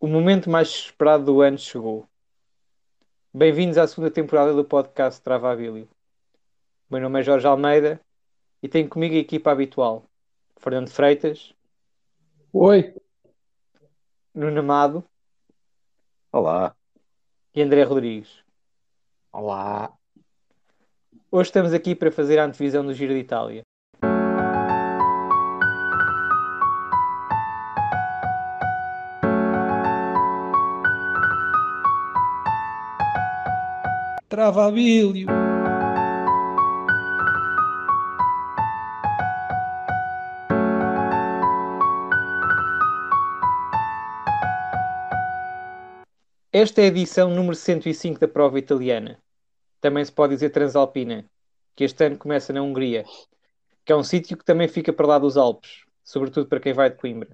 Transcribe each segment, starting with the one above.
O momento mais esperado do ano chegou. Bem-vindos à segunda temporada do podcast Travabilio. Meu nome é Jorge Almeida e tenho comigo a equipa habitual: Fernando Freitas, Oi, Nuno Amado Olá, e André Rodrigues. olá. Hoje estamos aqui para fazer a antevisão do Giro de Itália. Travabilho. Esta é a edição número 105 da prova italiana. Também se pode dizer Transalpina, que este ano começa na Hungria, que é um sítio que também fica para lá dos Alpes, sobretudo para quem vai de Coimbra.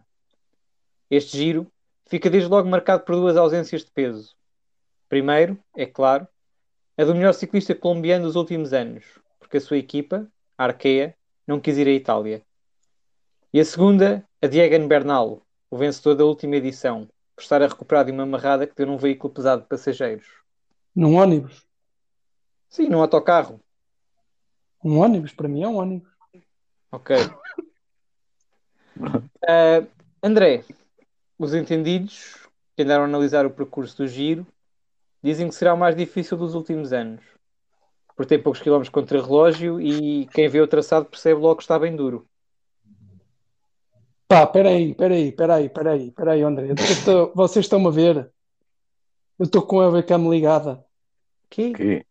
Este giro fica desde logo marcado por duas ausências de peso. Primeiro, é claro, a do melhor ciclista colombiano dos últimos anos, porque a sua equipa, a Arkea, não quis ir à Itália. E a segunda, a de Egan Bernal, o vencedor da última edição, por estar a recuperar de uma amarrada que deu num veículo pesado de passageiros. Num ônibus. Sim, num autocarro. Um ônibus, para mim é um ônibus. Ok. Ah, André, os entendidos que andaram a analisar o percurso do giro dizem que será o mais difícil dos últimos anos, por ter poucos quilómetros contra relógio e quem vê o traçado percebe logo que está bem duro. Pá, peraí, peraí, peraí, peraí, peraí, André. Eu tô- vocês estão-me a ver? Eu estou com a webcam ligada. Que? que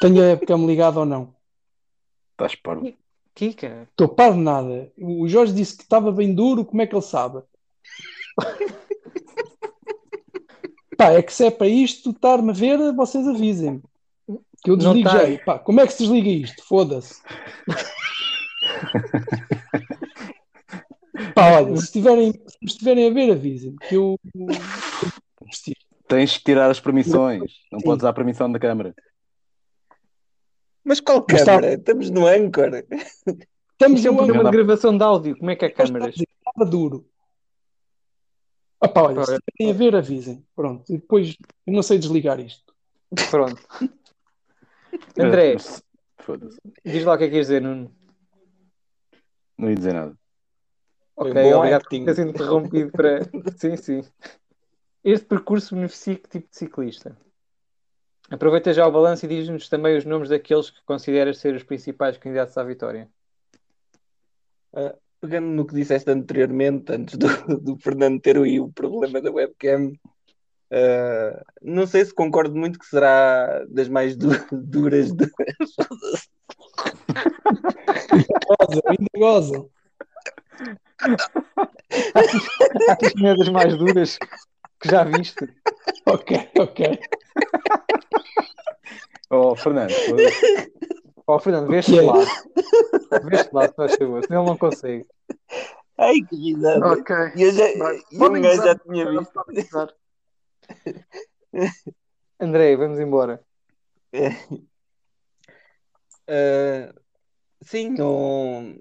Tenho a webcam ligada ou não? estás parvo. Que, cara? Estou par de nada. O Jorge disse que estava bem duro, como é que ele sabe? Pá, é que se é para isto estar-me a ver, vocês avisem-me. Que eu Não desligo tá. já. E Pá, como é que se desliga isto? Foda-se. Pá, olha, se estiverem, se me estiverem a ver, avisem-me. Que eu. Tens que tirar as permissões. Não Sim. podes dar permissão da câmara. Mas qual Mas tá- câmara? Estamos no Anchor. Estamos Isto é um no programa ângulo de gravação de áudio, como é que é câmaras? que estava duro. Ah, pá, olha, se Ora. estiverem a ver, avisem. Pronto. E depois, eu não sei desligar isto. Pronto. André, Foda-se. diz lá o que é que queres dizer, Nuno. Não ia dizer nada. Ok, bom obrigado por acting. teres interrompido para. Sim, sim. Este percurso beneficia que tipo de ciclista? Aproveita já o balanço e diz-nos também os nomes daqueles que consideras ser os principais candidatos à vitória. Pegando no que disseste anteriormente, antes do, do Fernando ter o, o problema da webcam, ah, não sei se concordo muito que será das mais du- duras de- Gozam, ainda gozam. As moedas mais duras que já viste. Ok, ok. Oh, Fernando, foda-se. Ó Fernando, veste Ok. lá. Veste lá, se faz favor, senão ele não consegue. Ai, que risada! Ok. E eu já, Vai. e um gajo já tinha Podem visto. usar, podem usar. André, vamos embora. Ah, sim, não,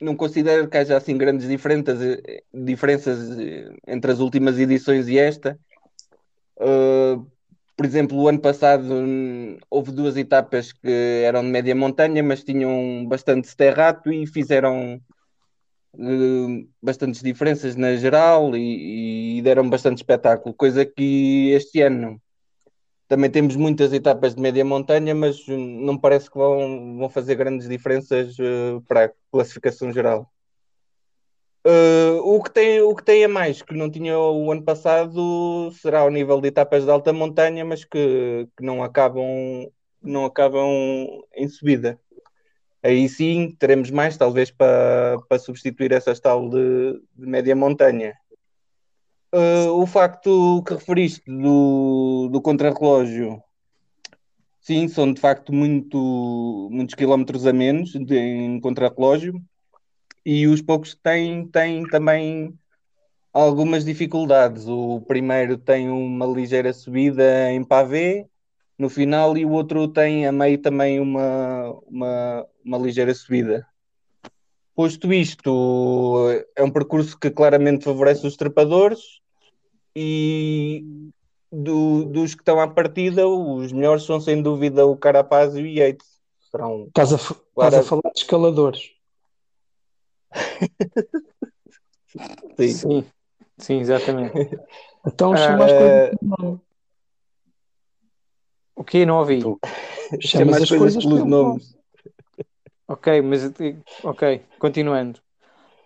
não considero que haja assim grandes diferenças, eh, diferenças eh, entre as últimas edições e esta. Uh, por exemplo, o ano passado hum, houve duas etapas que eram de média montanha, mas tinham bastante sterrato e fizeram hum, bastantes diferenças na geral e, e deram bastante espetáculo, coisa que este ano também temos muitas etapas de média montanha, mas hum, não parece que vão, vão fazer grandes diferenças eh, para a classificação geral. Eh, o que tem, o que tem a mais que não tinha o ano passado será o nível de etapas de alta montanha, mas que, que não acabam, não acabam em subida. Aí sim teremos mais, talvez, para, para substituir essas tal de, de média montanha. Eh, o facto que referiste do, do contrarrelógio, sim, são de facto muito, muitos quilómetros a menos de, em contrarrelógio e os poucos que têm, têm também algumas dificuldades. O primeiro tem uma ligeira subida em pavé no final e o outro tem a meio também uma, uma, uma ligeira subida. Posto isto, é um percurso que claramente favorece os trepadores. E do- dos que estão à partida, os melhores são sem dúvida o Carapaz e o Yates. Serão Estás a, f- estás Claro. a falar de escaladores. sim. Sim, sim, exatamente. Então Ah, chama as coisas Eh, pelo nome. O que não ouvi? Tu. chama as coisas pelos nomes. Ok, mas ok, continuando.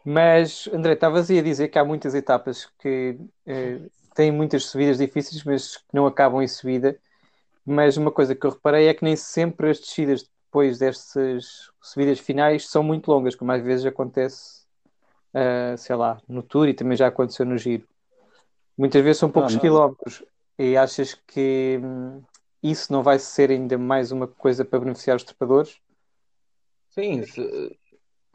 Mas, André, estavas aí a dizer que há muitas etapas que eh, têm muitas subidas difíceis, mas que não acabam em subida. Mas uma coisa que eu reparei é que nem sempre as descidas depois destas subidas finais são muito longas, como às vezes acontece, ah, sei lá, no Tour e também já aconteceu no Giro. Muitas vezes são poucos não. quilómetros e achas que hum, isso não vai ser ainda mais uma coisa para beneficiar os trepadores? Sim, se-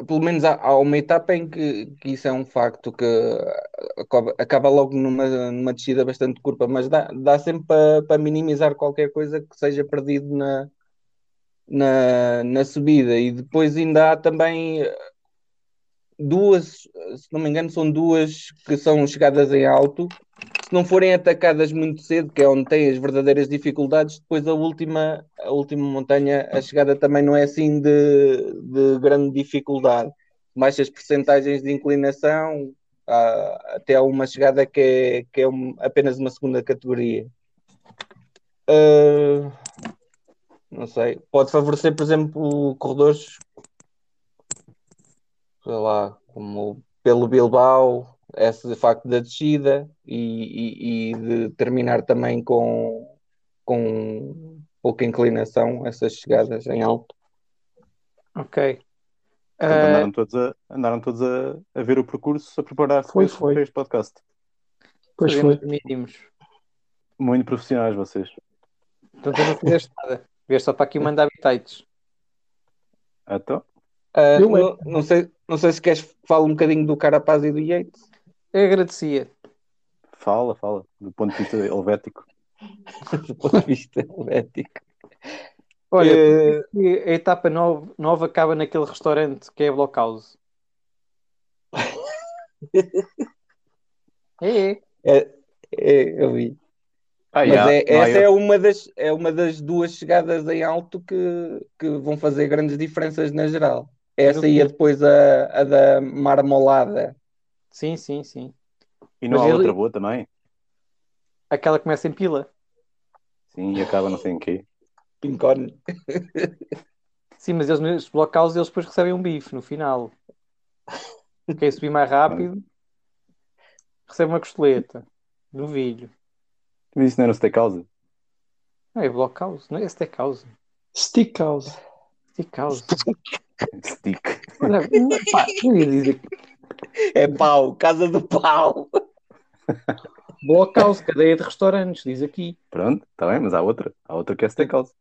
pelo menos há, há uma etapa em que, que isso é um facto que eh, acaba, acaba logo numa, numa descida bastante curta, mas dá, dá sempre para minimizar qualquer coisa que seja perdido na, na, na subida. E depois ainda há também eh, duas, eh, se não me engano, são duas que são chegadas em alto. Se não forem atacadas muito cedo, que é onde têm as verdadeiras dificuldades, depois a última, a última montanha, a chegada também não é assim de, de grande dificuldade. Baixas percentagens de inclinação, há- até há uma chegada que é, que é um- apenas uma segunda categoria. Ah, não sei, pode favorecer, por exemplo, corredores, sei lá, como pelo Bilbao, esse facto da descida e, e- e de terminar também com, com pouca inclinação, essas chegadas em alto. Ok. Então, Portanto, Ah, andaram todos, a, andaram todos a, a ver o percurso, a preparar-se Foi, para este- foi. para este podcast. Pois fazemos foi. mínimos. Muito profissionais vocês. Então tu não fizeste nada. Vieste só para aqui mandar habitats. Ah, Então, Ah, Eu não, não sei, não sei se queres que fale um bocadinho do Carapaz e do Yates. Eu agradecia. fala, fala, do ponto de vista helvético. do ponto de vista helvético. Olha, Eh, porque a etapa nova, nova acaba naquele restaurante que é Blockhouse. é, é. é, eu vi. Ah, Mas já, é- não há essa é uma, das, é uma das duas chegadas em alto que, que vão fazer grandes diferenças na geral. Essa e a depois a, a da marmolada. Sim, sim, sim. E não há Mas ele- outra boa também? Aquela começa em pila. Sim, e acaba não sei em quê. Incógnito. Sim, mas eles nos Blockhouse eles depois recebem um bife no final. Quem subir mais rápido recebe uma costeleta. Novilho. Mas isso não é era o Steakhouse? Não é Blockhouse, não é Steakhouse. Stick House. Steakhouse. Stick. Olha, pá, eu ia dizer É pau, casa do pau. Blockhouse, cadeia de restaurantes, diz aqui. Pronto, está bem, mas há outra. Há outra que é Steakhouse.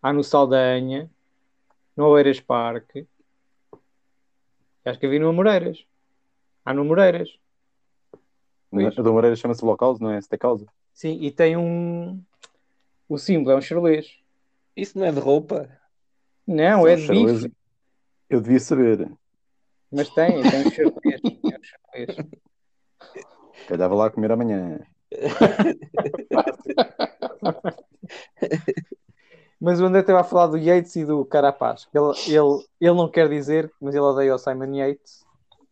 Há no Saldanha, no Oeiras Parque. Acho que havia no Amoreiras. Há no Amoreiras. Pois. A do Moreira chama-se Blockhouse, não é Steakhouse? Sim, e tem um. O símbolo é um charolês. Isso não é de roupa. Não, São é de charolês. bife, Eu devia saber. mas tem, tem um charolês. Tem um charolês. Calhar vou lá comer amanhã. Mas o André estava a falar do Yates e do Carapaz. Ele, ele, ele não quer dizer, mas ele odeia o Simon Yates.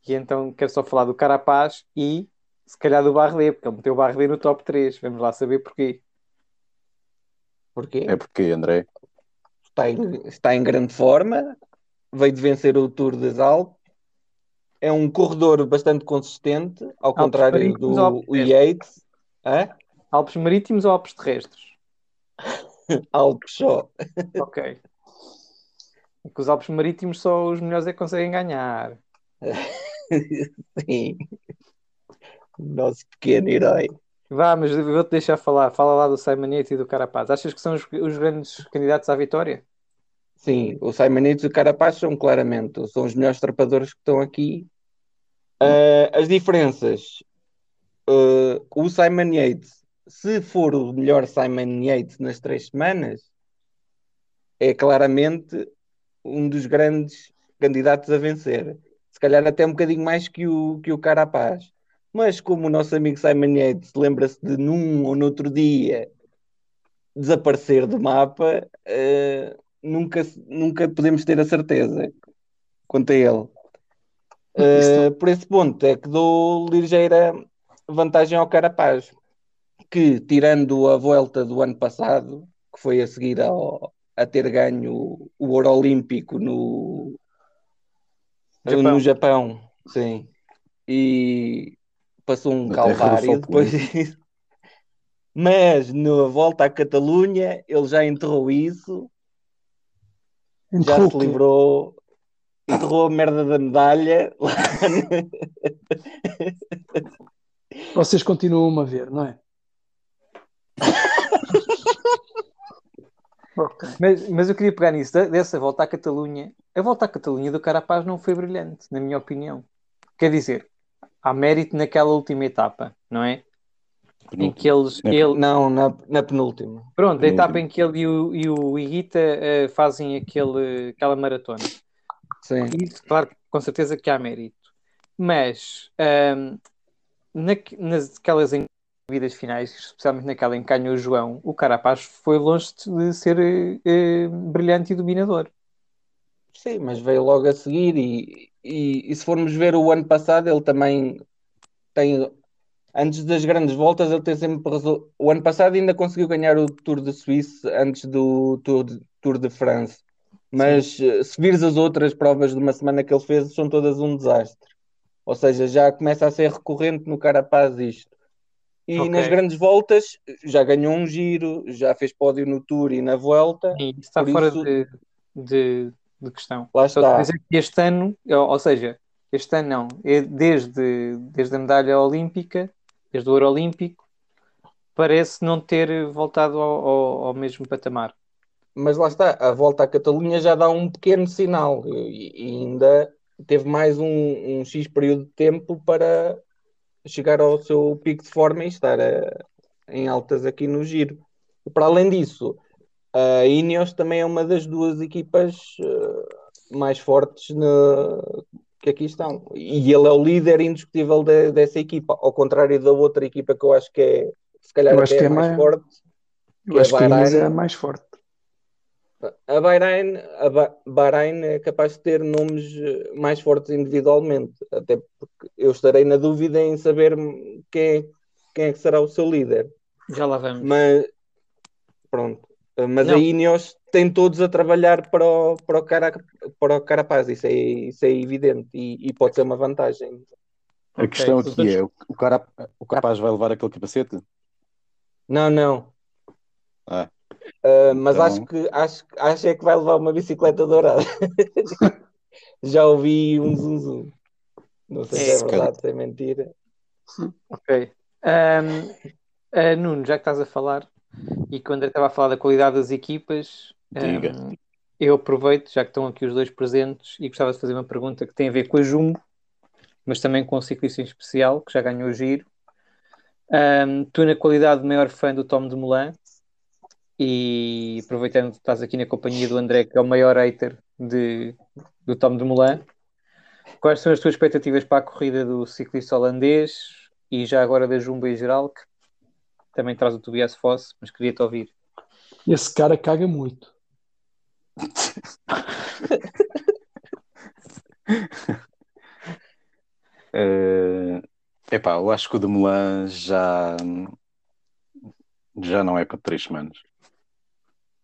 E então quer só falar do Carapaz e se calhar do Bardet, porque ele meteu o Bardet no top 3. Vamos lá saber porquê. Porquê? É porque, André, Está, em, está em grande forma. Veio de vencer o Tour das Alpes. É um corredor bastante consistente, ao contrário Marítimos, do Alpes o Yates. Hã? Alpes marítimos ou Alpes terrestres? Alpes só. Ok. É que os Alpes marítimos só os melhores é que conseguem ganhar. Sim. Nosso pequeno herói. Vá, mas eu vou-te deixar falar. Fala lá do Simon Yates e do Carapaz. Achas que são os, os grandes candidatos à vitória? Sim, o Simonides e o Carapaz são claramente, são os melhores trepadores que estão aqui. Ah, as diferenças. Ah, o Simon Yates, se for o melhor Simon Yates nas três semanas, é claramente um dos grandes candidatos a vencer. Se calhar até um bocadinho mais que o, que o Carapaz. Mas como o nosso amigo Simon Yates lembra-se de num ou noutro dia desaparecer do mapa, eh, nunca, nunca podemos ter a certeza quanto a ele. Eh, por esse ponto é que dou ligeira vantagem ao Carapaz, que tirando a volta do ano passado, que foi a seguir ao- a ter ganho o ouro olímpico no Japão. no Japão, sim, e passou um Na terra do calvário sol depois disso. Mas na volta à Catalunha ele já enterrou isso é um já se Hulk. livrou, enterrou a merda da medalha. lá no- Vocês continuam a ver, não é? Ok. Mas, mas eu queria pegar nisso, da- dessa volta à Catalunha. A volta à Catalunha do Carapaz não foi brilhante, na minha opinião. Quer dizer, há mérito naquela última etapa, não é? Em que eles. É. Ele, Não, na, na penúltima. pronto, a Penúltimo. etapa em que ele e o, e o Higuita eh, fazem aquele, aquela maratona. Sim. Isso, claro, que com certeza que há mérito. Mas ahm, na, naquelas em- vidas finais, especialmente naquela em que ganhou o João, o Carapaz foi longe de ser eh, eh, brilhante e dominador. Sim, mas veio logo a seguir e, e, e se formos ver o ano passado, ele também tem. Antes das grandes voltas, ele tem sempre. resol- O ano passado ainda conseguiu ganhar o Tour de Suíça antes do Tour de, Tour de France. Mas eh, se vires as outras provas de uma semana que ele fez, são todas um desastre. Ou seja, já começa a ser recorrente no Carapaz isto. E Ok. nas grandes voltas, já ganhou um giro, já fez pódio no Tour e na Vuelta. Sim, isso está Por fora isso- de, de- de questão. Lá Só estou a está. dizer que este ano, é, ou, ou seja, este ano não, é desde, desde a medalha olímpica, desde o ouro olímpico, parece não ter voltado ao, ao- ao mesmo patamar. Mas lá está, a volta à Catalunha já dá um pequeno sinal e, e ainda teve mais um, um X período de tempo para chegar ao seu pico de forma e estar eh, em altas aqui no giro. E para além disso, a Ineos também é uma das duas equipas eh, mais fortes na- que aqui estão. E ele é o líder indiscutível de- dessa equipa, ao contrário da outra equipa que eu acho que é, se calhar, Eu acho até que é é mais mais- forte. Eu acho que a Inês é Bahrein. a mais forte. A Bahrein, a Ba- Bahrein é capaz de ter nomes eh, mais fortes individualmente, até porque eu estarei na dúvida em saber quem, é- quem é que será o seu líder. Já lá vamos. Mas pronto. eh, Mas Não. a Ineos tem todos a trabalhar para o, para o, cara, para o Carapaz, isso é, isso é evidente e, e pode ser uma vantagem. A questão os aqui é: o, cara, o capaz vai levar aquele capacete? Não, não. Ah. Ah, mas Então- acho que acho, acho é que vai levar uma bicicleta dourada. Já ouvi um zum zum. Não sei se É, é se calhar. verdade, se é mentira. Ok. Ahm, ah, Nuno, já que estás a falar, e que o André estava a falar da qualidade das equipas, ahm, Diga. eu aproveito, já que estão aqui os dois presentes, e gostava de fazer uma pergunta que tem a ver com a Jumbo, mas também com o ciclista em especial, que já ganhou o giro. Ahm, tu, na qualidade de maior fã do Tom de Moulin, e aproveitando que estás aqui na companhia do André, que é o maior hater de, do Tom de Moulin, quais são as tuas expectativas para a corrida do ciclista holandês e já agora da Jumbo em geral, que também traz o Tobias Fosse, mas queria-te ouvir. Esse cara caga muito. Eh, epá, eu acho que o de Milan já, já não é para três semanas.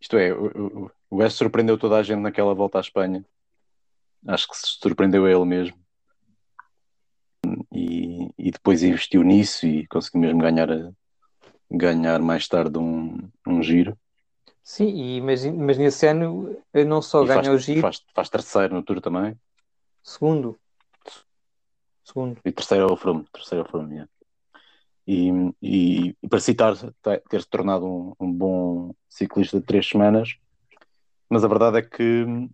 Isto é, o, o, o gajo surpreendeu toda a gente naquela volta à Espanha. Acho que se surpreendeu a ele mesmo. E, e depois investiu nisso e conseguiu mesmo ganhar, a- ganhar mais tarde um, um giro. Sim, e mas, mas nesse ano eh, não só E ganha faz, o giro, faz, faz terceiro no Tour também. segundo. Segundo. E terceiro é o Froome, terceiro é o Froome, yeah. E, e, e parecia estar- ter- ter-se tornado um, um bom ciclista de três semanas, mas a verdade é que hum,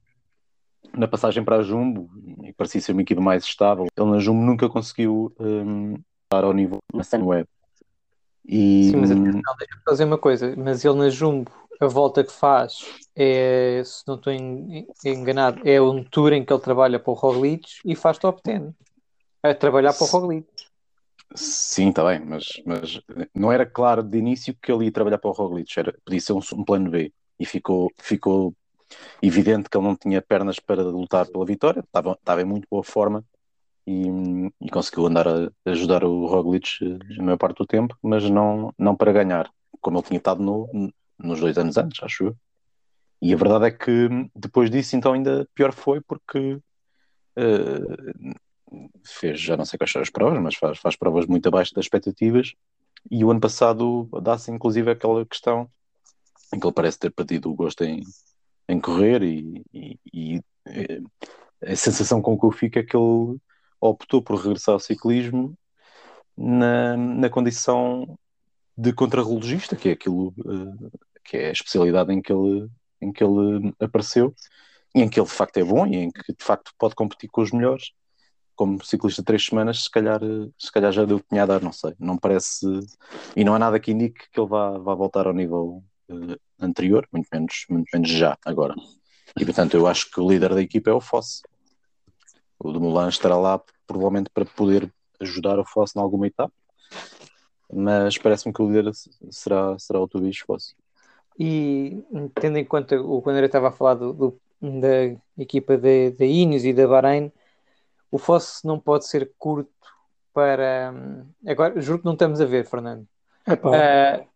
na passagem para a Jumbo, e parecia ser uma equipe mais estável, ele na Jumbo nunca conseguiu hum, estar ao nível da Sunweb. E, Sim, mas hum, atenção, deixa-me fazer uma coisa. Mas ele na Jumbo, a volta que faz é, se não estou en- enganado, é um tour em que ele trabalha para o Roglic e faz top 10. A trabalhar para o Roglic. Sim, está bem, mas, mas não era claro de início que ele ia trabalhar para o Roglic, era, podia ser um, um plano B, e ficou, ficou evidente que ele não tinha pernas para lutar pela vitória, estava, estava em muito boa forma e, e conseguiu andar a ajudar o Roglic na maior parte do tempo, mas não, não para ganhar, como ele tinha estado no, nos dois anos antes, acho eu. E a verdade é que depois disso, então, ainda pior foi porque uh, fez, já não sei quais são as provas, mas faz, faz provas muito abaixo das expectativas. E o ano passado dá-se, inclusive, aquela questão em que ele parece ter perdido o gosto em, em correr e, e, e, eh, a sensação com que eu fico é que ele optou por regressar ao ciclismo na, na condição de contrarrelogista, que é aquilo que é a especialidade em que ele, em que ele apareceu e em que ele de facto é bom e em que de facto pode competir com os melhores como ciclista de três semanas, se calhar, eh, se calhar já deu o que tinha a dar, não sei, não parece e não há nada que indique que ele vá, vá voltar ao nível eh, anterior, muito menos, muito menos já, agora. E portanto, eu acho que o líder da equipa é o Fosse. O de Mulan estará lá provavelmente para poder ajudar o Fosse em alguma etapa, mas parece-me que o líder será, será o Tobias Fosse. E tendo em conta o quando eu estava a falar do, do da equipa da Ineos e da Bahrein, o Fosse não pode ser curto para. hum, Agora, juro que não estamos a ver, Fernando. É pá.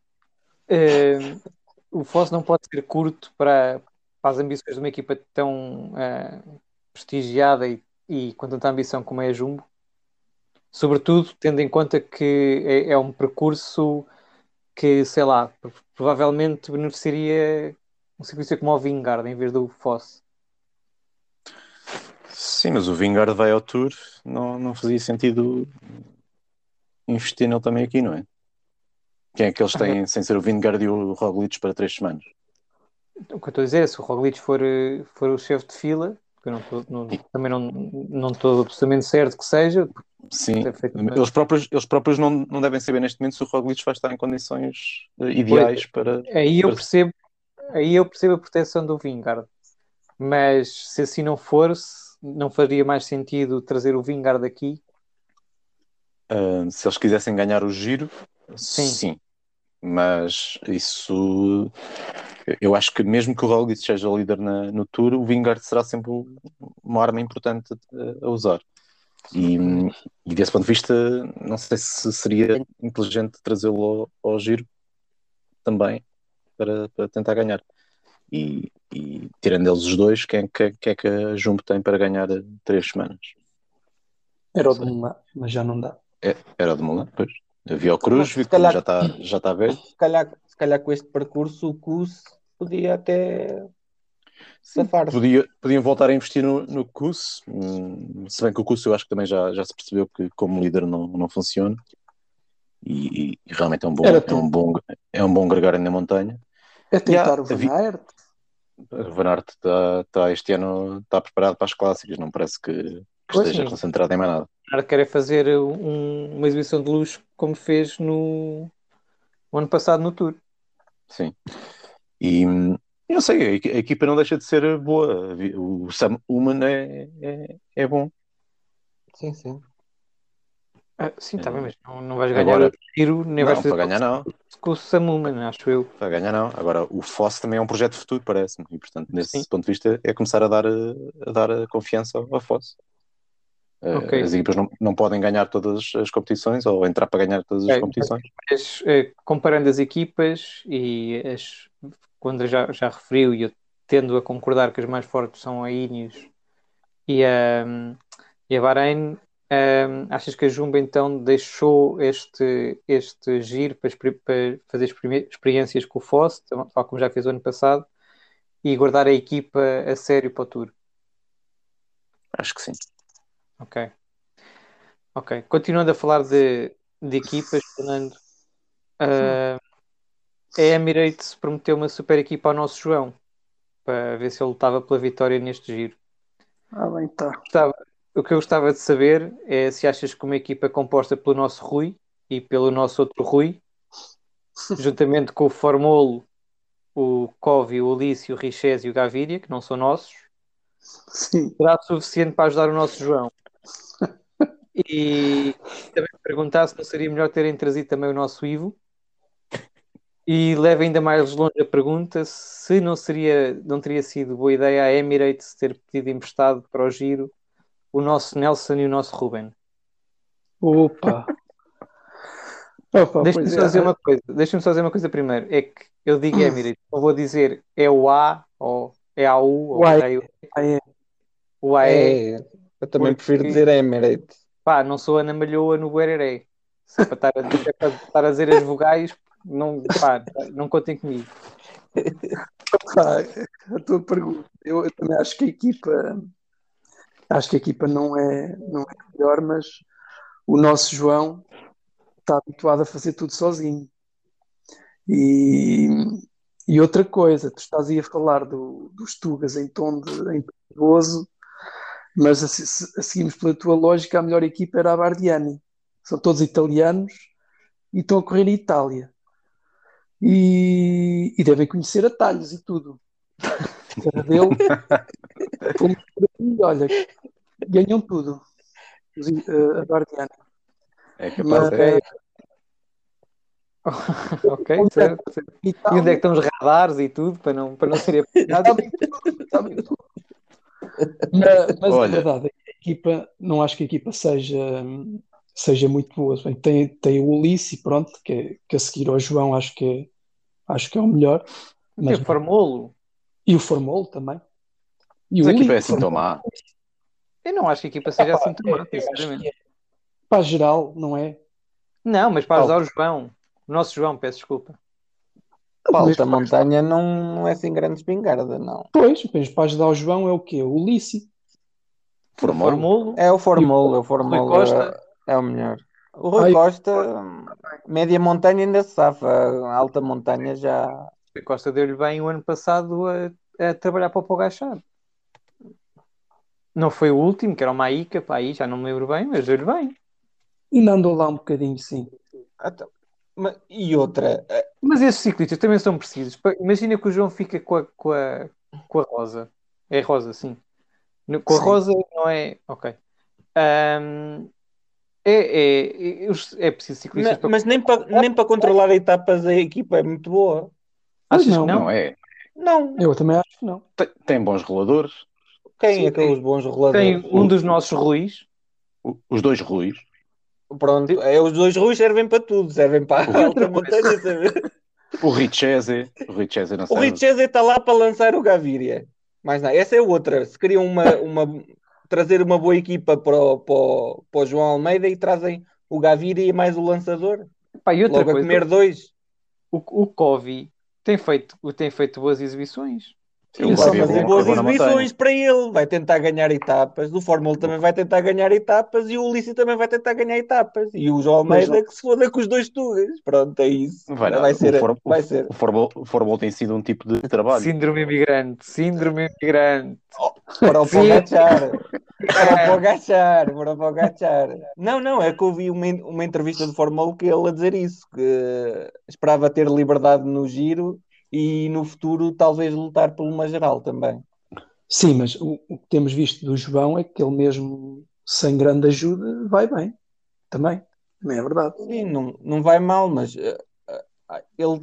Uh, o Fosse não pode ser curto para, para, as ambições de uma equipa tão uh, prestigiada e, e, com tanta ambição como é a Jumbo, sobretudo tendo em conta que é, é um percurso que, sei lá, provavelmente beneficiaria um ciclista como o Vingard em vez do Fosse. Sim, mas o Vingard vai ao Tour, não, não fazia sentido investir nele também aqui, não é? Quem é que eles têm sem ser o Vingard e o Roglic para três semanas? O que eu estou a dizer é se o Roglic for, for o chefe de fila, que eu não tô, não, também não, não estou absolutamente certo que seja. Sim, eles próprios, eles próprios não, não devem saber neste momento se o Roglic vai estar em condições eh, ideais Pois, para. Aí eu para- percebo, aí eu percebo a proteção do Vingard, mas se assim não fosse, não faria mais sentido trazer o Vingard aqui. Ah, se eles quisessem ganhar o giro, Sim. sim. Mas isso. Eu acho que mesmo que o Roglic seja líder na- no Tour, o Vingard será sempre um- uma arma importante eh, a- a usar. E, e desse ponto de vista, não sei se seria inteligente trazê-lo ao, ao giro também para, para tentar ganhar. E, e tirando eles os dois, quem, é que- quem é que a Jumbo tem para ganhar eh, três semanas? Era o de Mulan, mas já não dá. Era o de Mulan, pois. Havia o Mas, Cruz, se vi que calhar- já está já tá está velho. Se calhar, se calhar com este percurso o Cus podia até safar-se. Podia, podiam voltar a investir no, no Cus, hum, se bem que o Cus eu acho que também já, já se percebeu que como líder não, não funciona e, e- e realmente é um bom, Era é um bom, é um bom gregário na montanha. É tentar Já, o Van vi- Aert. O Van Aert está, está este ano está preparado para as clássicas, não parece que, que Pois esteja sim. concentrado em mais nada. Vingard quer é fazer um- uma exibição de luxo como fez no, no ano passado no Tour. Sim. E hum, eu não sei, a equi- a equipa não deixa de ser boa. Vi- O Sam Human é, é, é bom. Sim, sim. Ah, sim, está bem, Eh, mas não, não vais ganhar Agora, o tiro, nem vais não, fazer para ganhar não. com o Samuman, acho eu. Para ganhar, não. Agora, o Fosse também é um projeto futuro, parece-me. E, portanto, nesse Sim. ponto de vista, é começar a dar a, a dar a confiança ao Fosse. Eh, Ok. As equipas não, não podem ganhar todas as competições ou entrar para ganhar todas as Ok. competições. Mas, eh, comparando as equipas e as, o André já, já referiu e eu tendo a concordar que as mais fortes são a Ineos e a, e a Bahrein, ehm, achas que a Jumbo então deixou este, este giro para, experi- para fazer experime- experiências com o Fosse, tal tal como já fez o ano passado, e guardar a equipa a sério para o Tour? Acho que sim. Ok. Ok. Continuando a falar de, de equipas, Fernando, ah, é a Emirates prometeu uma super equipa ao nosso João para ver se ele lutava pela vitória neste giro. Ah, bem, tá. Gostava- o que eu gostava de saber é se achas que uma equipa composta pelo nosso Rui e pelo nosso outro Rui, juntamente com o Formolo, o Cove, o Ulisse, o Richez e o Gaviria, que não são nossos, Sim. será suficiente para ajudar o nosso João. E também perguntar se não seria melhor terem trazido também o nosso Ivo. E leva ainda mais longe a pergunta se não seria, não teria sido boa ideia a Emirates ter pedido emprestado para o giro o nosso Nelson e o nosso Ruben. Opa! Opa, Deixa-me pois só é. dizer uma coisa. Deixa-me só dizer uma coisa primeiro. É que eu digo Emirates, não vou dizer é o A ou é a U ou Uai. é Ah, é. o A é. É, eu também Porque- prefiro dizer é Emirates. Pá, não sou Ana Malhoa no Guereré. Se é para estar a, se é para estar a dizer as vogais, não, pá, não contem comigo. Pá, a tua pergunta. Eu, eu também acho que a equipa acho que a equipa não é, não é a melhor, mas o nosso João está habituado a fazer tudo sozinho. E, e outra coisa, tu estás aí a falar do, dos Tugas em tom de em tom de gozo, mas a, se, se- a seguirmos pela tua lógica, a melhor equipa era a Bardiani. São todos italianos e estão a correr na Itália. E, e devem conhecer atalhos e tudo. Cada um dele, pelo menos por aqui, olha, ganham tudo. Os, eh, a Bardiani. É capaz, Mas- é, ok, certo. certo. E onde é que estão os radares e tudo, para não, para não ser apanhado? Sabem tudo, sabem tudo. Mas, mas Olha. a verdade é que a equipa, não acho que a equipa seja, seja muito boa. Bem, tem, tem o Ulisse, pronto, que, é- que a seguir ao João acho que, é- acho que é o melhor. Mas, É Formolo. e o Formolo também. E mas o a equipa é Ulisse, assim tão má. Eu não acho que a equipa seja Epá, assim tão má, eu acho sinceramente. que é. Para geral, não é? Não, mas para ajudar o João, o nosso João, peço desculpa. Mas, Palta Montanha não, não é assim grande espingarda, não. Pois, mas para ajudar o João é o quê? O Ulisse. Formou. Formolo, É o Formolo, o Rui Formolo Costa, é, é o melhor. O Rui Ai, Costa, média montanha ainda se safa, a alta montanha já. Rui Costa deu-lhe bem o ano passado a, a trabalhar para o Pogachar. Não foi o último, que era o Maíca, pá, aí já não me lembro bem, mas deu-lhe bem. Ainda andou lá um bocadinho, sim. Então, ma- E outra, eh, Mas esses ciclistas também são precisos. Pa- Imagina que o João fica com a, com a, com a Rosa. É Rosa, sim. No- Com a Sim. Rosa não é. Ok. Ahm, é, é, é, os- é preciso ciclistas na- para. mas nem para nem para controlar etapas a equipa é muito boa. Achas não. que não? Não é? Não, Eu também acho que não. Tem, tem bons roladores. quem Sim, é que é os bons roladores? Tem um dos nossos Ruiz. o- Os dois ruins. Pronto, é, os dois ruins servem para tudo, servem para a alta montanha. servem- O Richese. O Richese não O serve. Richese está lá para lançar o Gaviria. Mas não, essa é outra. Se queriam uma, uma- trazer uma boa equipa para o, para, o- para o João Almeida e trazem o Gaviria e mais o lançador. Pá, e outra Logo a coisa, comer dois. o, o Covey tem feito, o- tem feito boas exibições. Eu Isso, gosto de mas ver é um boas Carbono exibições Montanha. para ele. Vai tentar ganhar etapas. O Fórmula um também vai tentar ganhar etapas e o Ulisses também vai tentar ganhar etapas. E o João Mas Almeida que se foda com os dois tugas. Pronto, é isso. Vai Vai, nada. ser, O Form- vai ser. O Formol, o Formol tem sido um tipo de trabalho. Síndrome imigrante, É. síndrome imigrante. Para o Sim. Pogachar. Para o Pogachar, para o Pogachar. Não, não, é que eu vi uma, en- uma entrevista de Fórmula 1 que ele a dizer isso, que esperava ter liberdade no giro e no futuro talvez lutar por uma geral também. Sim, mas o, o que temos visto do João é que ele mesmo sem grande ajuda vai bem. Também. Também é verdade. Sim, não, não vai mal, mas eh, eh, ele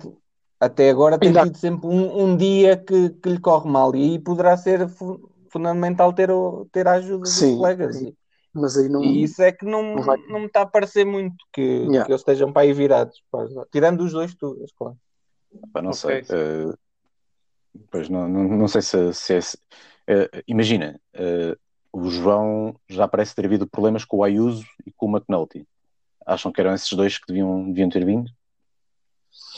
até agora tem Ainda- tido sempre um, um dia que, que lhe corre mal e aí poderá ser fu- fundamental ter, o- ter a ajuda dos Sim. colegas. E- Mas aí não. E isso é que não, Não vai. não me está a parecer muito que, Yeah. que eles estejam para aí virados. pá. Tirando os dois tugas, claro. Pá, não Ok. sei. Eh, pois não, não, não sei se, se é. se- eh, imagina, eh, o João já parece ter havido problemas com o Ayuso e com o McNulty. Acham que eram esses dois que deviam, deviam ter vindo?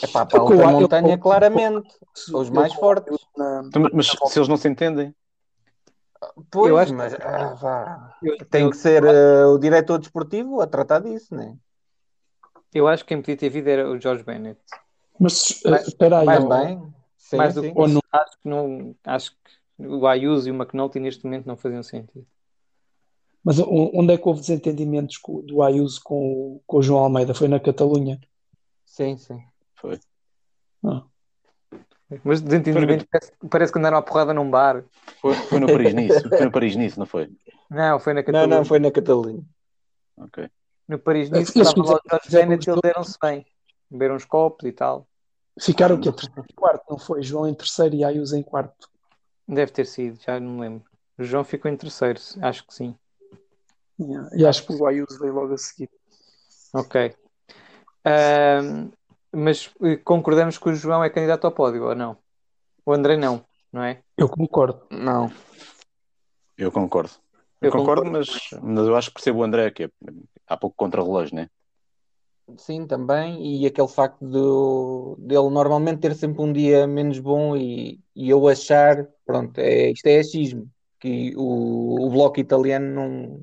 É pá, para a Eu- eu- alta eu- montanha, eu- claramente. São os mais fortes. Então, Mas, se eles não se entendem, Pois, Eu acho que- mas ah, vá. Eu, tem eu- que ser eh, o diretor desportivo a tratar disso, né? eu acho que quem podia ter vida era o Jorge Bennett. Mas eh, Mais- espera aí, Mas ó, bem, sim, Mais do sim. que ou não- acho que não acho que o Ayuso e o McNulty neste momento não faziam sentido. mas o- onde é que houve desentendimentos co- do Ayuso com, o- com o João Almeida? Foi na Catalunha? Sim, sim. Mas desentendimentos parece, parece que andaram à porrada num bar. foi, foi no Paris nisso, foi no Paris nisso, não foi? Não, foi na Não, Catalunha. não, foi na Catalunha. Ok. No Paris nisso Eles estavam lá fizeram- os Jorge fizeram Bennett e os eles deram-se bem. Beberam uns copos e tal. Ficaram o quê? Terceiro e quarto, não foi? João em terceiro e Ayuso em quarto. Deve ter sido, já não me lembro. O João ficou em terceiro, acho que sim. Yeah. E acho que o Ayuso veio logo a seguir. Ok. Ahm, mas eh, concordamos que o João é candidato ao pódio, ou não? O André não, não é? Eu concordo. Não. Eu concordo. Eu, Eu concordo, concordo. mas, mas eu acho que percebo o André, que é, há pouco contra-relógio, né? Sim, também. E aquele facto do, dele normalmente ter sempre um dia menos bom e, e eu achar, pronto, é, isto é achismo, que o, o bloco italiano não,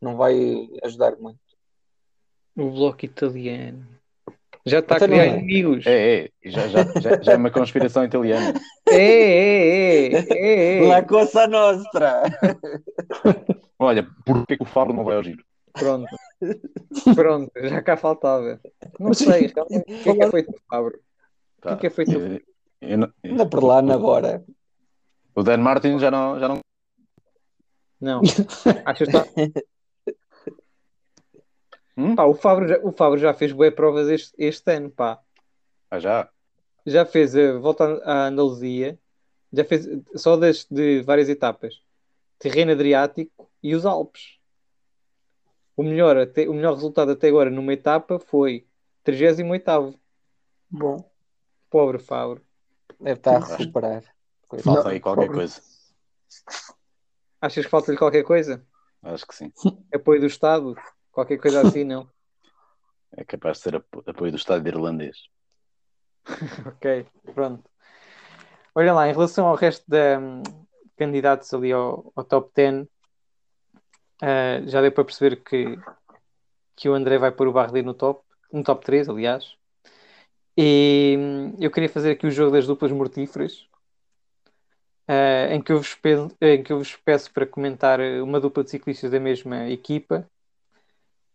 não vai ajudar muito. O bloco italiano. Já está a Até criar não é. inimigos. É, É, é, já, já, já, já é uma conspiração italiana. é, é, é, é. Cosa Nostra! Olha, porquê que o Fábio não vai ao giro? Pronto. Pronto, já cá faltava. Não Mas- sei, realmente, o que é que é feito do Fabro? Tá. O que é que é feito do Eu- eu não- Anda por lá na agora. O Dan Martin já não, já não. Não. Achas que está- Hum? Pá, o Fabro já, o Fabro já fez boas provas este, este ano, pá. Ah, já. Já fez a volta à Andaluzia, já fez só das de várias etapas. Terreno Adriático e os Alpes. O melhor, até, o melhor resultado até agora numa etapa foi 38º. Bom, Pobre Fabro. Deve estar a recuperar. Coisa. Falta Não, aí qualquer pobre. coisa. Achas que falta-lhe qualquer coisa? Acho que sim. Apoio do Estado? Qualquer coisa assim, não. É capaz de ser apo- apoio do Estado irlandês. Ok, pronto. Olha lá, em relação ao resto de hum, candidatos ali ao, ao top 10, ah, já deu para perceber que, que o André vai pôr o Barreli no top, no top 3, aliás. E hum, eu queria fazer aqui o jogo das duplas mortíferas, ah, em, que eu vos peço, em que eu vos peço para comentar eh, uma dupla de ciclistas da mesma equipa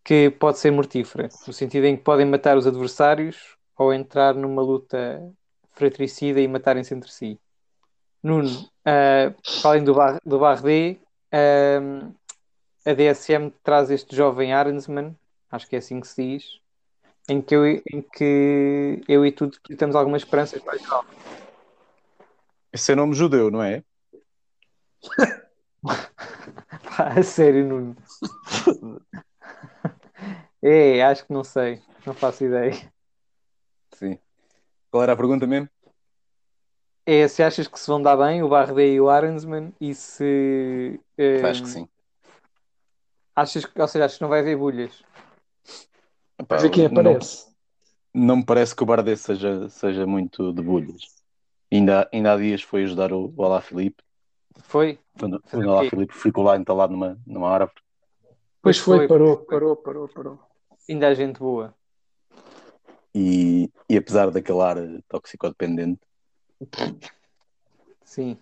que pode ser mortífera, no sentido em que podem matar os adversários ou entrar numa luta fratricida e matarem-se entre si. Nuno, ah, falem do Bar, do Bar D, ah, a DSM traz este jovem Arnsman, acho que é assim que se diz, em que eu, e- em que eu e tu depositamos algumas esperanças para geral. Esse é nome judeu, não é? Pá, a sério, Nuno. é, acho que não sei, não faço ideia. Sim. Qual era a pergunta mesmo? É se achas que se vão dar bem o Bardet e o Arensman e se eh, Acho que sim. achas que ou seja, achas que não vai haver bulhas. Epá, mas ver quem não- aparece. não me parece que o Bardet seja, seja muito de bolhas. Ainda, ainda há dias foi ajudar o, o Alá Filipe, Foi? quando Fazer quando o o quê? Alá Filipe ficou lá entalado numa, numa árvore. Pois foi, foi, parou, foi. parou, parou, parou. Ainda há gente boa. E, e apesar daquele ar eh, toxicodependente, Sim.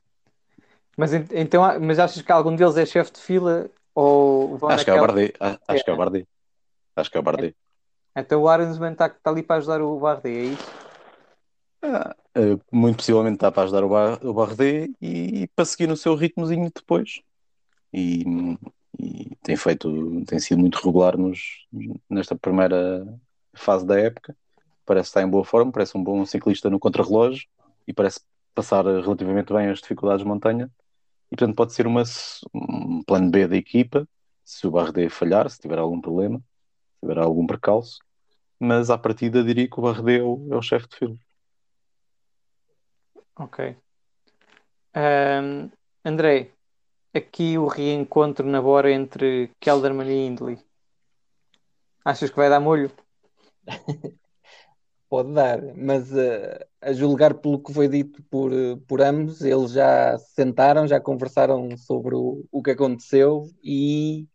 Mas en- então há- mas achas que algum deles é chefe de fila ou vão acho que é o naquela... Bardet. a- Acho que é o Bardet. Acho que é o Bardet. Então o Arensman está tá ali para ajudar o Bardet, é isso? Ah, eh, muito possivelmente está para ajudar o, Bar, o Bardet e, para seguir no seu ritmozinho depois. E, e tem feito, tem sido muito regular nos, nesta primeira fase da época. Parece estar em boa forma, parece um bom ciclista no contrarrelógio e parece passar relativamente bem as dificuldades de montanha. E portanto pode ser uma, s- um plano B da equipa, se o Bardet falhar, se tiver algum problema, se tiver algum percalço. Mas à partida diria que o Bardet é o, é o chefe de fila. Ok. Ahm, André, aqui o reencontro na Bora entre Kelderman e Hindley. Achas que vai dar molho? Pode dar, mas eh, a julgar pelo que foi dito por, eh, por ambos, eles já se sentaram, já conversaram sobre o, o que aconteceu e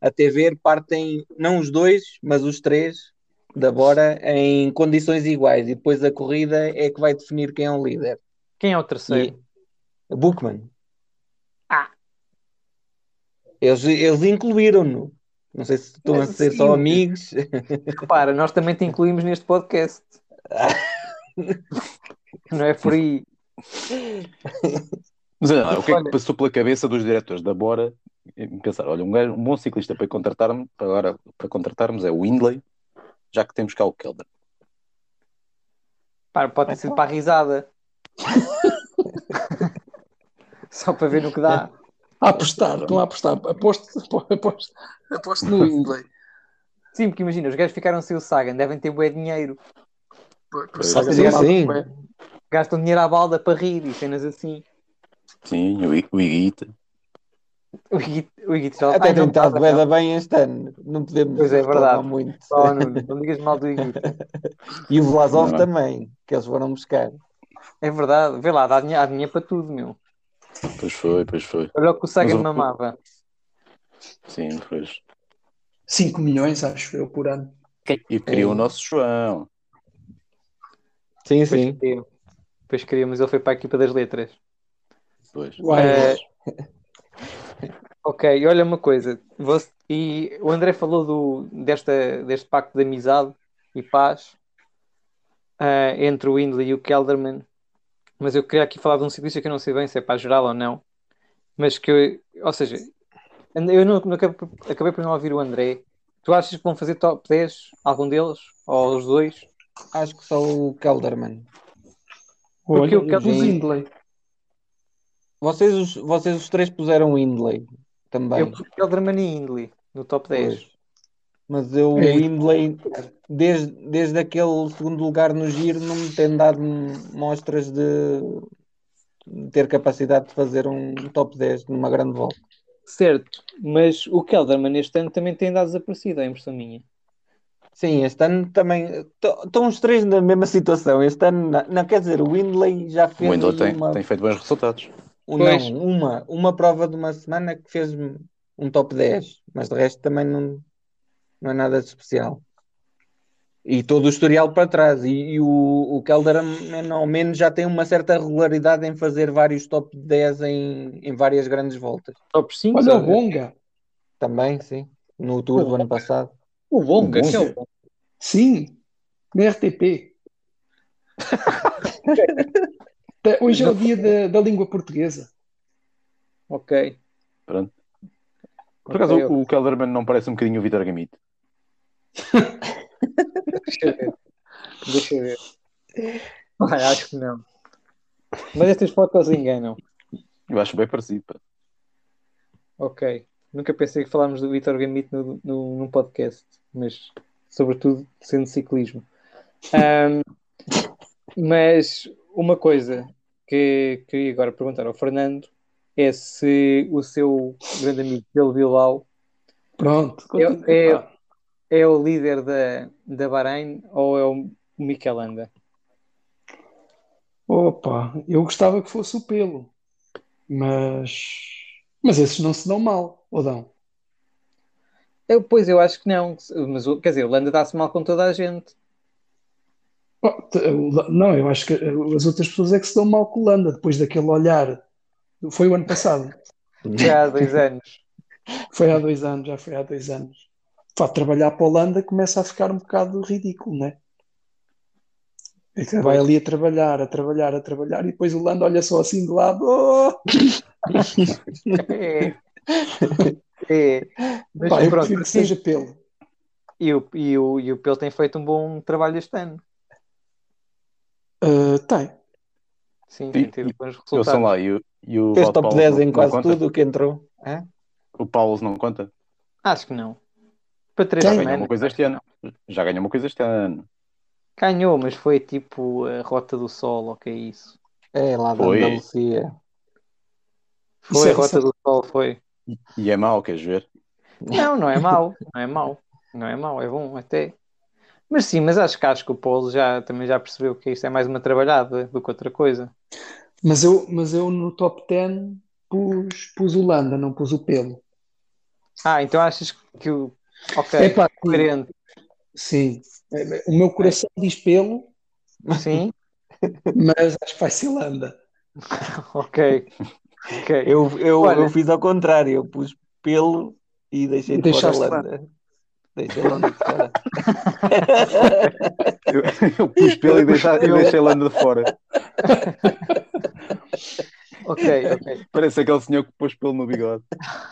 até ver partem, não os dois, mas os três da Bora em condições iguais e depois a corrida é que vai definir quem é o líder. Quem é o terceiro? E Bookman. Ah. Eles, eles incluíram-no. Não sei se estão a ser Sim. só amigos. Repara, nós também te incluímos neste podcast. Não é por aí. Mas olha lá, o é que é que Olha. passou pela cabeça dos diretores da Bora pensar, olha, um, gajo- um bom ciclista para contratar-me, para agora para contratarmos é o Windley, já que temos cá o Kelder. Pá, pode Então. ter sido para a risada. Só para ver no que dá. A apostar, estão a apostar. Aposto, aposto, aposto no Windley. Sim, porque imagina, os gajos ficaram sem o Sagan, devem ter bué dinheiro. Saga Sim, do lado, sim. ué. Gastam dinheiro à balda para rir e cenas assim. Sim, o I- o Iguita. O Iguito o Iguito já Até Ai, não, tem estado não, bem, bem este ano. Não podemos Pois é, reclamar verdade. muito. Não, não, não digas mal do Iguito. E o Vlasov Não é? também, que eles foram buscar. É verdade, vê lá, dá dinheiro, há dinheiro para tudo, meu. Pois foi, pois foi. Olha o que o Sagan Mas o- mamava. Sim, pois. 5 milhões, acho eu, por ano. E criou o nosso João. Sim, Depois sim. queria. Depois queria, mas ele foi para a equipa das letras. Pois. Uai, É. Ok, e olha uma coisa, você- e o André falou do, desta, deste pacto de amizade e paz ah, entre o Windley e o Kelderman, mas eu queria aqui falar de um ciclista que eu não sei bem se é para geral ou não, mas que, eu- ou seja, and- eu não, não acabei, por- acabei por não ouvir o André. Tu achas que vão fazer top 10, algum deles, ou os dois? Acho que só o Kelderman. Porque olha, eu quero- o Windley. Vocês os, vocês os três puseram o Indley também. Eu pus Kelderman e Windley no top 10. Pois. Mas eu, o É. Windley, desde, desde aquele segundo lugar no giro, não me tem dado mostras de ter capacidade de fazer um top 10 numa grande volta. Certo, mas o Kelderman este ano também tem dado desaparecido, é impressão minha. Sim, este ano também. to- Estão os três na mesma situação. Este ano, na- não, quer dizer, o Windley já O fez Wendel aí tem, é uma, tem feito bons resultados. um- Pois. não, uma, uma prova de uma semana que fez um top 10, mas de resto também não, não é nada de especial. E todo o historial para trás. E, e o, o Kelderman, ao menos, já tem uma certa regularidade em fazer vários top 10 em, em várias grandes voltas. Top 5? Olha é o Bonga. Também, sim. No Tour do ano passado. O Bonga, O que é o Bonga. Bonga? Sim, na RTP. Tá, Hoje é o dia da, da língua portuguesa. Ok. Pronto. Por acaso, é Ok, o- o Kelderman não parece um bocadinho o Vitor Gamito? Deixa eu ver. Deixa eu ver. Ai, acho que não. Mas estas fotos enganam. Eu acho bem parecido. pá. Ok. Nunca pensei que falámos do Vitor Gamito no, no, num podcast, mas sobretudo sendo ciclismo. Ahm, mas uma coisa que queria agora perguntar ao Fernando é se o seu grande amigo Pedro Bilbao Pronto. Eu- eu- é o líder da, da Bahrein ou é o Michelanda? Opa, eu gostava que fosse o pelo, mas, mas esses não se dão mal, ou dão? Eu, pois, eu acho que não. Mas, o- quer dizer, o Landa dá-se mal com toda a gente. Oh, te- o- Não, eu acho que as outras pessoas é que se dão mal com o Landa, depois daquele olhar. Foi o ano passado, Já há dois anos. foi há dois anos, já foi há dois anos. Pá, trabalhar para o Landa começa a ficar um bocado ridículo, né? É que Vai ali a trabalhar, a trabalhar, a trabalhar, e depois o Landa olha só assim de lado. Oh! É. É. Mas Pá, eu pronto, prefiro que seja pelo. E o, e, o, e o Pel tem feito um bom trabalho este ano. Ah, tem. Sim, E- tem tido e- bons Eles são resultados. lá. E, o- e o Fez Valde top Paulo 10 não- em não quase conta? tudo o que entrou. Hã? O Paulo não conta? Acho que não. Para três Já Já Sim. ganhou semanas. uma coisa este ano. Já ganhou uma coisa este ano. Ganhou, mas foi tipo a Rota do Sol, ou que é isso? É lá da Foi. Andalucia. Foi Isso é- a Rota isso é- do Sol, foi. E, e é mau, queres ver? Não, não é mau, não é mau, não é mau, é bom até. Mas sim, mas acho que acho que o Paulo já, também já percebeu que isto é mais uma trabalhada do que outra coisa. Mas eu, mas eu no top 10 pus, pus o Landa, não pus o pelo. Ah, então achas que o. Ok, Epá, coerente. sim. É, O meu coração diz pelo, Sim, mas acho que vai ser Landa. ok. Ok. Eu, eu, Olha. eu fiz ao contrário, eu pus pelo e deixei de fora a Deixaste Holanda. Deixei a Holanda de fora. Eu, eu pus pelo e deixa- e deixei Landa de fora. Ok, ok. Parece aquele senhor que pôs pelo no bigode.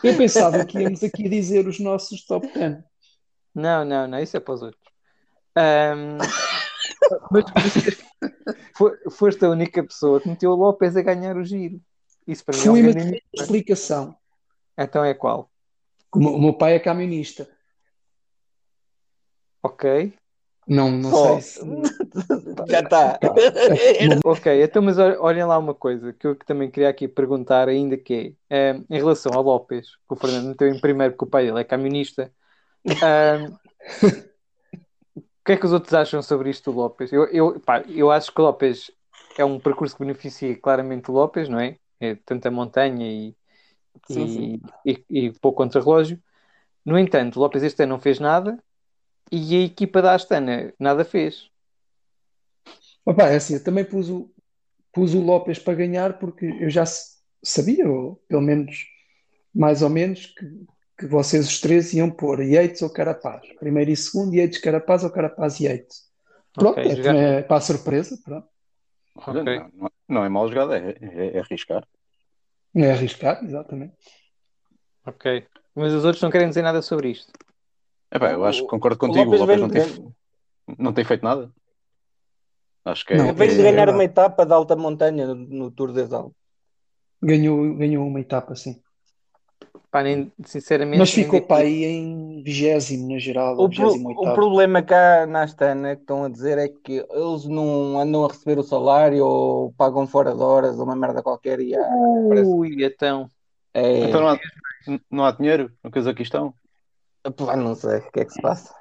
Eu pensava que íamos aqui dizer os nossos top 10. Não, não, não, isso é para os outros. Ahm, mas fo- foste a única pessoa que meteu o López a ganhar o giro. Isso para mim é um Fui, mas grande tenho inimigo. uma explicação. Então é qual? O meu- o meu pai é camionista. Ok, Não, não sei Só. se. Já tá. está. ok. Então, mas ol- olhem lá uma coisa que eu que também queria aqui perguntar, ainda que é, ahm, em relação ao López, que o Fernando meteu em primeiro porque o pai dele é camionista. ahm, o que é que os outros acham sobre isto do López? Eu, eu, pá, eu acho que o López é um percurso que beneficia claramente o Lopes, não é? é tanto a montanha e, Sim, e, sim. E, e pouco contrarrelógio. No entanto, o Lopes este ano não fez nada e a equipa da Astana nada fez. Opa, é assim, eu também pus o, pus o López para ganhar porque eu já s- sabia, ou pelo menos mais ou menos, que, que vocês os três iam pôr Yates ou Carapaz. Primeiro e segundo, Yates, Carapaz ou Carapaz, Yates. Pronto, Ok, é, jogar- também é para a surpresa, pronto. Ok. Não, não- não é mal jogado, é, é- é arriscar. É arriscado, exatamente. ok. Mas os outros não querem dizer nada sobre isto. Epá, É eu O- acho que concordo o contigo. O Lopes Lopes não vem- tem, não tem feito nada. Acho que é. Não, é- Vem de é ganhar verdade. uma etapa de alta montanha no, no Tour das Alpes. Ganhou, ganhou uma etapa, sim. Pá, nem- sinceramente, Mas nem ficou daqui- para aí em vigésimo, na geral, ou O, pro- vigésimo o oitavo. problema cá na Astana que estão a dizer é que eles não andam a receber o salário ou pagam fora de horas ou uma merda qualquer e ah, parece- Ui, então. é, Então não há, não há dinheiro no Cazaquistão. pá, não sei o que é que se passa.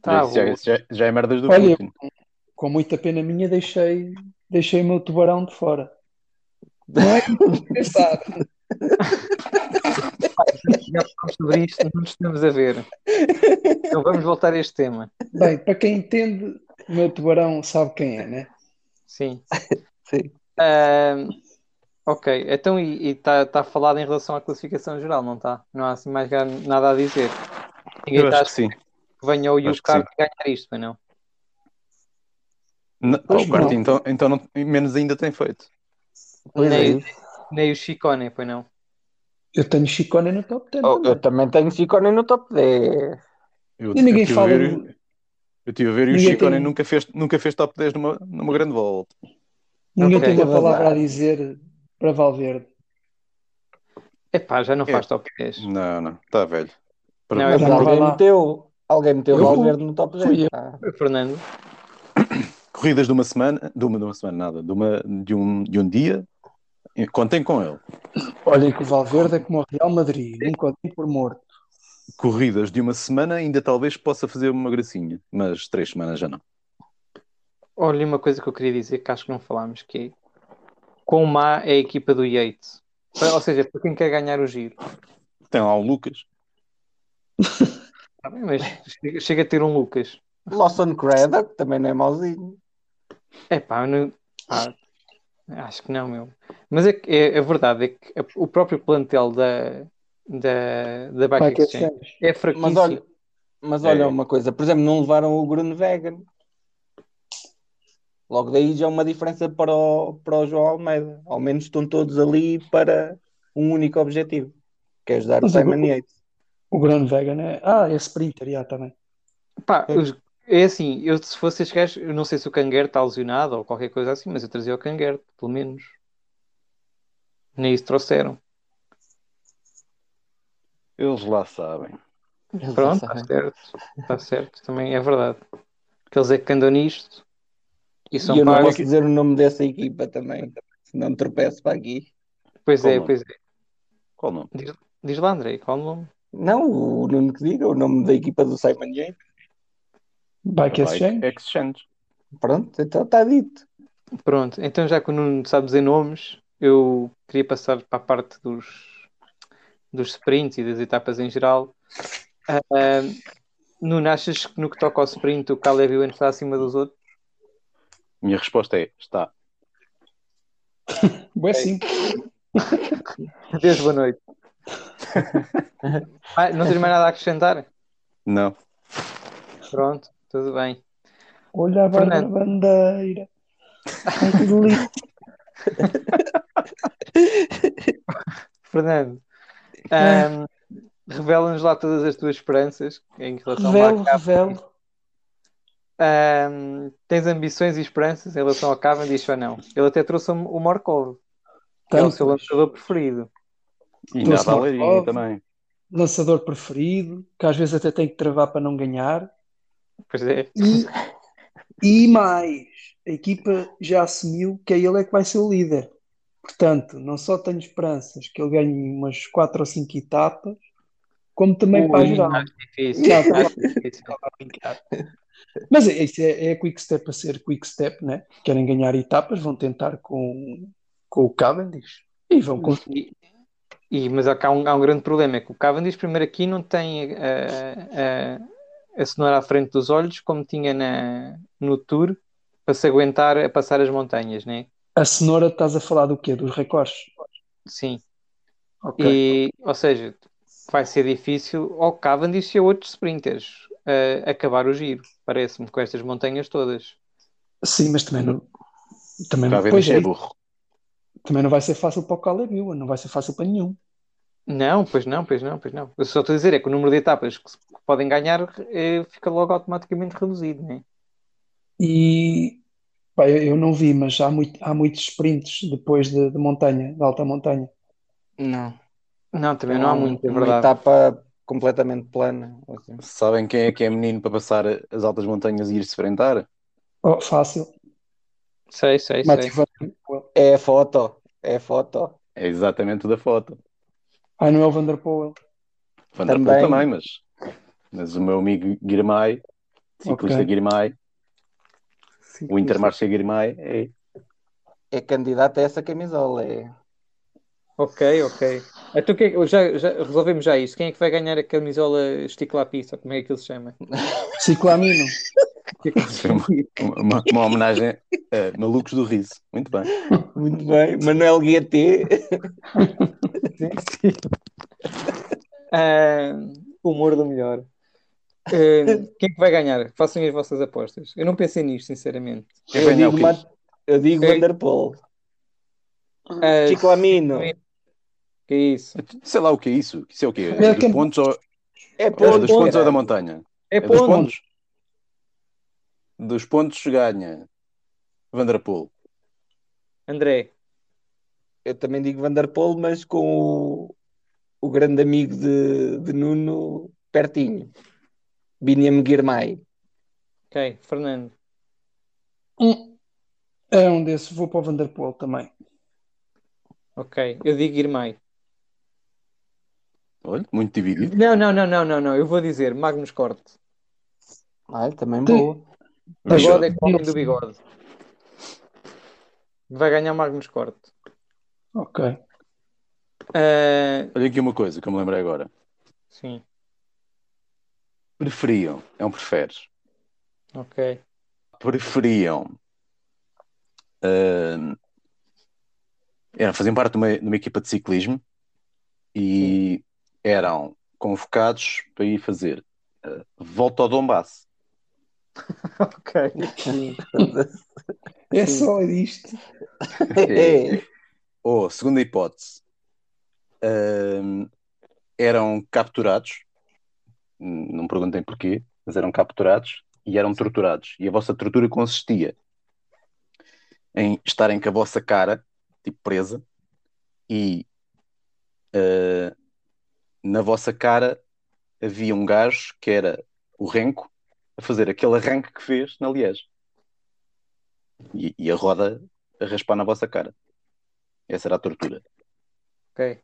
Tá já, bom. isso já, já é merdas do Olha, Putin. com muita pena minha, deixei, deixei o meu tubarão de fora. Não é que eu estou a pensar. Já falámos sobre isto, não nos estamos a ver. Então vamos voltar a este tema. Bem, para quem entende, o meu tubarão sabe quem é, né? Sim. Sim. Ahm, ok, então e está falado em relação à classificação geral, não está? Não há assim mais gar- nada a dizer. Ninguém Eu está acho a que sim. que venha o Acho que Yukar ganhar isto, mas não. Não, Pois oh, Martim, não. então, então não, menos ainda tem feito. Pois é nem, isso. nem o Chicone, pois não. Eu tenho Chicone no top 10 Oh, eu também. também tenho Chicone no top 10. Eu, E ninguém eu tive a fala ver- do- Eu estive a ver e o Ninguém Chicone tem- nunca, fez, nunca fez top 10 numa, numa grande volta. Ninguém Ok. tem uma Teve azar. palavra a dizer para Valverde. Epá, já não É. faz top 10. Não, não, está velho. Para- Não, é Mas Ah, Já não vai alguém lá. meteu. Alguém meteu Eu Valverde no top Ah. 10. fui eu. pá. Foi o Fernando. Corridas de uma semana, de uma, de uma semana nada, de, uma, de, um, de um dia, e contem com ele. Olhem que o Valverde é como o Real Madrid, nunca o dei por morto. Corridas de uma semana ainda talvez possa fazer uma gracinha, mas três semanas já não. Olha, uma coisa que eu queria dizer que acho que não falámos, que é quão má é a equipa do Yates. Para- Ou seja, para quem quer ganhar o giro. Tem lá o Lucas, Tá bem, mas chega, chega a ter um Lucas. Lawson Craddock também não é mauzinho. Epá, eu não... pá, acho que não, meu. Mas é, que- é- a verdade é que a- o próprio plantel da, da, da Bike Vai que é Exchange sério. é fraquíssimo. Mas olha, mas olha É. uma coisa, por exemplo, não levaram o Grunewagen. Logo daí já é uma diferença para o, para o João Almeida. Ao menos estão todos ali para um único objetivo, que é ajudar o Mas o- Simon Yates. O Grande Vegan é. Ah, é Sprinter, já também. Pá, os- é assim, eu se fosse estes gajos, eu não sei se o Canguer está lesionado ou qualquer coisa assim, mas eu trazia o Canguer, pelo menos. Nem isso trouxeram. eles lá sabem. Pronto, está certo. Está certo, também é verdade. Que eles é que andam nisto e E são eu não pagos. posso dizer o nome dessa equipa também, senão tropeço para aqui. Pois é, Como? pois é. Qual o nome? Diz lá, André, qual o nome? Não, o nome que diga, o nome da equipa do Simon Yates. Bike Vai, Exchange? Exchange. Pronto, então está dito. Pronto, então já que o Nuno sabe dizer nomes, eu queria passar para a parte dos, dos sprints e das etapas em geral. Ah, ah, Nuno, achas que no que toca ao sprint o Caleb Ewan está acima dos outros? Minha resposta é: está. Ué, sim. Deus, boa noite. Ah, não tens mais nada a acrescentar? Não. Pronto, tudo bem. Olha a Bárbara Fernando. Bandeira. Ai, que delícia. Fernando, Ah. ahm, revela-nos lá todas as tuas esperanças em relação Revelo, ao Cava. revelo. Ahm, tens ambições e esperanças em relação ao Cava, diz ou não? Ele até trouxe o o Morkov, que é o Tanto, seu lançador preferido. E ainda a Trouxe Markov. Valeria também. lançador preferido, que às vezes até tem que travar para não ganhar. Pois é, E, e mais, a equipa já assumiu que é ele é que vai ser o líder. Portanto, não só tenho esperanças que ele ganhe umas 4 ou 5 etapas, como também Ui, para a geral. difícil. Já está. Acho difícil. tá Mas é- isso é, é quick step a ser quick step, né? Querem ganhar etapas, vão tentar com, com o Cavendish e vão conseguir. E, e- mas há, cá um, há um grande problema, é que o Cavendish primeiro aqui não tem eh, a, a, a cenoura à frente dos olhos como tinha na, no Tour para se aguentar a passar as montanhas, né? A cenoura, estás a falar do quê? Dos recordes? Sim. Ok. E, ou seja, vai ser difícil ao Cavendish e a outros sprinters eh, acabar o giro, parece-me, com estas montanhas todas. Sim, mas também não. Também, Está a ver, pois é, é burro. também não vai ser fácil para o Caleb Ewan, não vai ser fácil para nenhum. Não, pois não, pois não, pois não. Eu só estou a dizer é que o número de etapas que se podem ganhar eh, fica logo automaticamente reduzido, né? E pá, eu eu não vi, mas há, muito- há muitos sprints depois de, de montanha, de alta montanha. Não. Não, também Então, não há muito, é uma verdade. etapa completamente plana. ou assim. Sabem quem é que é menino para passar as altas montanhas e ir-se enfrentar? Oh, fácil. Sei, sei, sei. Matthew Van Der Poel. É a foto. É a foto. É exatamente o da foto. Ah, não é o Van der Poel. Van der Poel Também. também. mas, mas o meu amigo Guirmay, ciclista Ok. Guirmay, o Intermarché Guirmay, é, É candidato a essa camisola. É. Ok, ok. Então, o que é que- já, já resolvemos já isto. Quem é que vai ganhar a camisola esticla à pista? Como é que ele se chama? Ciclamino. foi uma, uma- uma homenagem a Malucos do Riso. Muito bem. Muito bem. Manuel Guiatê. Ah, humor do melhor. Ah, quem é que vai ganhar? Façam as vossas apostas. Eu não pensei nisto, sinceramente. Quem vai ganhar o quê? Mat- eu digo É. Vanderpool. Ah, Chiclamino. É. que é isso? Sei lá o que é isso. Isso é o quê? É É dos quem- pontos ou, É é ponto. dos pontos ou da montanha? É É dos ponto. pontos. Dos pontos ganha Vanderpool. André, Eu também digo Vanderpool, mas com o, o grande amigo de, de Nuno pertinho. Biniam Guirmay. ok. Fernando, Hum. É um desses, vou para o Van der Poel também. ok. Eu digo Irmai. Olha, muito dividido. Não, não, não, não, não, não. Eu vou dizer Magnus Corte. Ah, também boa. Bigode é Bigode. que o homem do bigode. Vai ganhar Magnus Corte. Ok. Ah, Olha aqui uma coisa que eu me lembrei agora. sim, Preferiam, é um preferes. ok. preferiam ah, eram, faziam parte de uma, de uma equipa de ciclismo e eram convocados para ir fazer ah, volta ao Donbass. Ok. É só isto. É. Ou, segunda hipótese, ah, eram capturados, Hum, não me perguntem porquê, mas eram capturados e eram torturados. E a vossa tortura consistia em estarem com a vossa cara, tipo presa, e ah, na vossa cara havia um gajo que era o Renko a fazer aquele arranque que fez na Liege. E, e a roda a raspar na vossa cara. Essa era a tortura. Ok.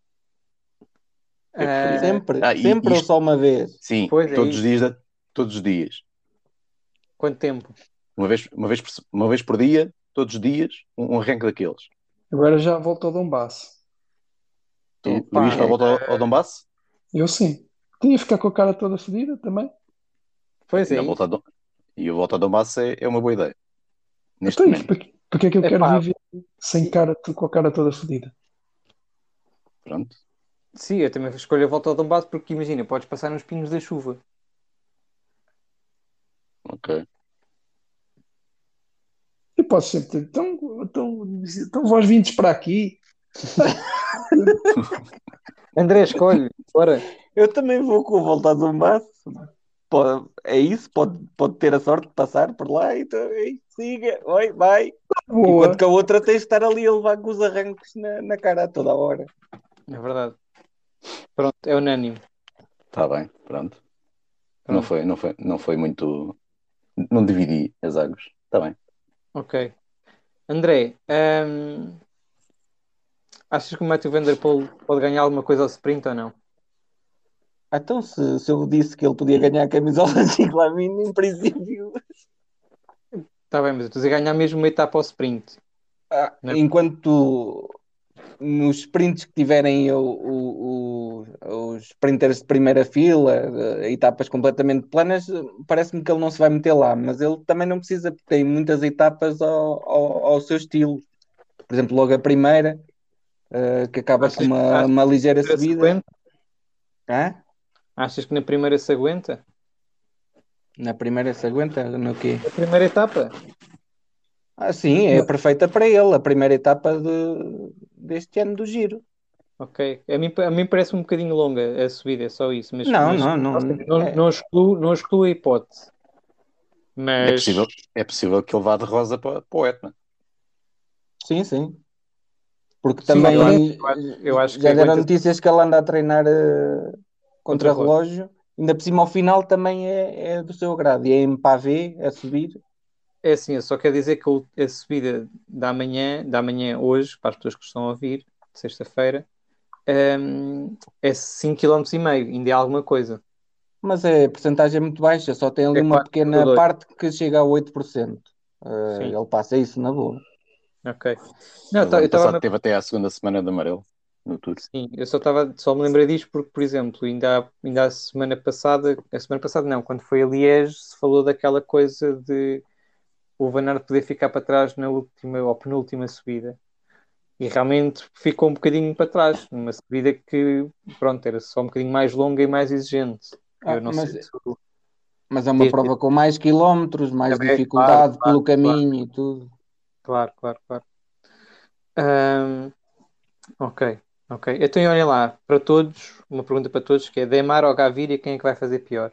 Eu preferi Ah, É, Sempre, Ah, e sempre ou isto- só uma vez? Sim, Pois é todos os isso. dias, da- todos os dias. quanto tempo? Uma vez, uma vez, por, se- uma vez por dia, todos os dias, um, um arranque daqueles. Agora já volto ao Donbass. Tu, Epá, tu ias para a volta ao, é ao Donbass? Eu sim. Tinha ficar com a cara toda fodida também. Pois E é. a volta, ao Don- e a volta ao Donbass é, é uma boa ideia. Neste Então, e momento. para que- para que é que eu quero Epá. viver sem cara, com a cara toda fodida? Pronto. Sim, eu também escolho a volta ao Donbass porque imagina, podes passar nos pingos da chuva. Ok. Eu posso sempre ter. Então, então, então vós vindos para aqui. André, escolhe, bora. Eu também vou com a volta do maço. Pode- é isso, pode, pode ter a sorte de passar por lá e também siga, vai, vai. Boa. Enquanto que a outra tem de estar ali a levar com os arrancos na, na cara a toda a hora. É verdade. Pronto, é unânime. Está Tá bem, pronto. Não Pronto. foi, não, foi, não foi muito. Não dividi as águas. Está bem. Ok. André, hum, achas que o Matthew Vanderpool pode ganhar alguma coisa ao sprint ou não? Ah, Então, se, se eu disse que ele podia ganhar a camisola de ciclamino, em princípio, Está Tá bem, mas eu estou a dizer ganhar mesmo uma etapa ao sprint. Ah, Não. enquanto nos sprints que tiverem o- o- o- os sprinters de primeira fila, eh, etapas completamente planas, eh, parece-me que ele não se vai meter lá, mas ele também não precisa, porque tem muitas etapas ao, ao- ao seu estilo. Por exemplo, logo a primeira, eh, que acaba Achas- com uma, achas uma ligeira Primeira se subida. aguenta? Hã? Achas que na primeira se aguenta? Na primeira se aguenta no quê? Na primeira etapa? Ah, sim, é perfeita para ele, a primeira etapa de- deste ano do Giro. Ok. A mim, a mim parece um bocadinho longa a subida, é só isso. Mas, Não, mas- não, não. Não, é- não, excluo, não excluo a hipótese. Mas É, possível, é possível que ele vá de rosa para, para o Etna. Sim, sim. Porque Sim, também eu acho- eu acho- eu acho já que é deram aguenta- notícias que ele anda a treinar eh, contra Contra relógio. relógio. Ainda por cima, ao final também é, é do seu agrado. E é em pavê, a subir. é assim, eu só quero dizer que o- a subida da manhã, da manhã hoje, para as pessoas que estão a ouvir, de sexta-feira, hum, é 5,5 km, ainda é alguma coisa. Mas a porcentagem é muito baixa, só tem ali É uma 4,2. pequena parte que chega a 8%. Eh, Sim. ele passa isso na boa. Ok. Não, eu ta- eu Ele ano passado estava teve até à segunda semana de amarelo no Tour. Sim, eu só estava, só me lembrei disto porque, por exemplo, ainda há, ainda há semana passada, a semana passada não, quando foi a Liege, se falou daquela coisa de o Van Aert poder ficar para trás na última ou penúltima subida. E realmente ficou um bocadinho para trás, numa subida que, pronto, era só um bocadinho mais longa e mais exigente. Ah, eu não mas- sei se... Mas é uma Sim, sim. prova com mais quilómetros, mais Também, é dificuldade claro, claro, pelo caminho e tudo. Claro, claro, claro. Ahm, ok, ok. Então, e olhem lá, para todos, uma pergunta para todos, que é Demar ou Gaviria, quem é que vai fazer pior?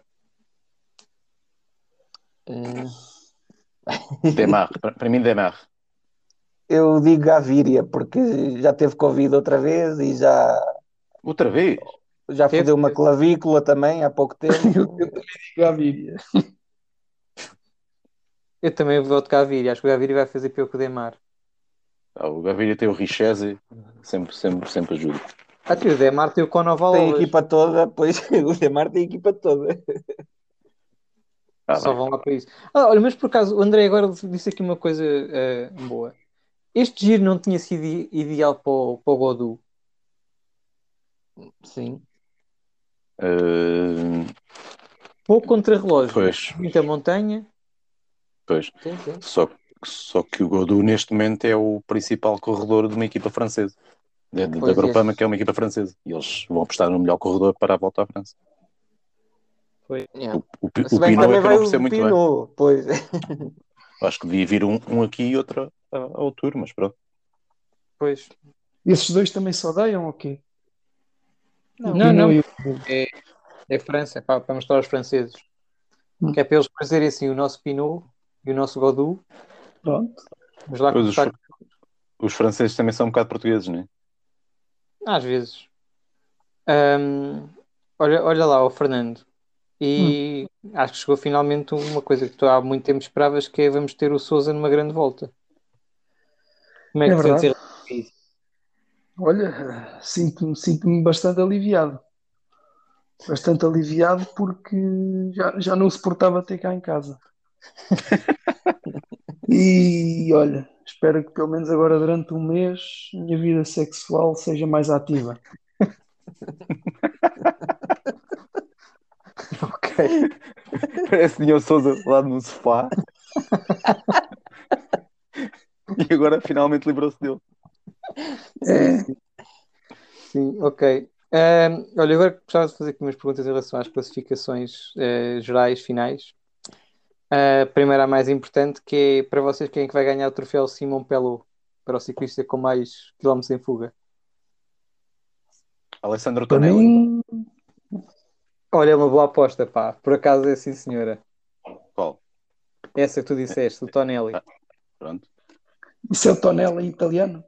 Eh, Demar, para, para mim, Demar. Eu digo Gaviria, porque já teve Covid outra vez e já, Outra vez? já Teve, fodeu uma teve. clavícula também há pouco tempo. é Gaviria. Eu também vou de Gaviria. Acho que o Gaviria vai fazer pior que o Demar. Ah, o Gaviria tem o Richese, sempre, sempre, sempre ajuda. Ah, tio, o Demar tem o Tem a Conoval. equipa toda, pois o Demar tem a equipa toda. Tá Só bem. vão lá para isso. Ah, olha, mas por acaso, o André agora disse aqui uma coisa eh, boa. Este giro não tinha sido i- ideal para o, para o Godu. Sim. Ah, Pouco contra-relógio. pois, Muita montanha. pois. Sim, sim. Só, só que o Godou neste momento é o principal corredor de uma equipa francesa. É de- Da Pois é. Grupama, que é uma equipa francesa. E eles vão apostar no melhor corredor para a volta à França. Yeah. O, o, Pi- Se o bem que Pinot é também que vai não percebe o muito bem. Pinot, pois. Acho que devia vir um, um aqui e outro a- ao Tour, mas pronto. Pois. Esses dois também se odeiam ou quê? Não, O Pinot não. e o- É, é França, pá, para mostrar aos franceses. Hum. Que é para eles fazerem assim o nosso Pinot e o nosso Godu. Pronto. Mas Tá, lá Pois, os, começar os franceses também são um bocado portugueses, não é? Às vezes. Ahm, olha, olha lá, o Fernando. E Hum. acho que chegou finalmente uma coisa que tu há muito tempo esperavas, que é vamos ter o Souza numa grande volta. Como é É que foi verdade. ter... Olha, sinto-me sinto-me bastante aliviado. Bastante aliviado porque já, já não suportava ter cá em casa. E olha, espero que pelo menos agora durante um mês a minha vida sexual seja mais ativa. Ok. Parece Daniel Souza lá um no sofá. e agora finalmente livrou-se dele. É, Sim, ok. Ahm, olha, agora gostava de fazer aqui umas perguntas em relação às classificações eh, gerais, finais. Ah, primeiro, a mais importante, que é para vocês quem é que vai ganhar o troféu Simon Pelot? para o ciclista com mais quilómetros em fuga? Alessandro Para Tonelli. mim, Olha, é uma boa aposta, pá. Por acaso é sim, senhora. Qual? Essa que tu disseste, o Tonelli. Pronto. isso é o Tonelli em italiano.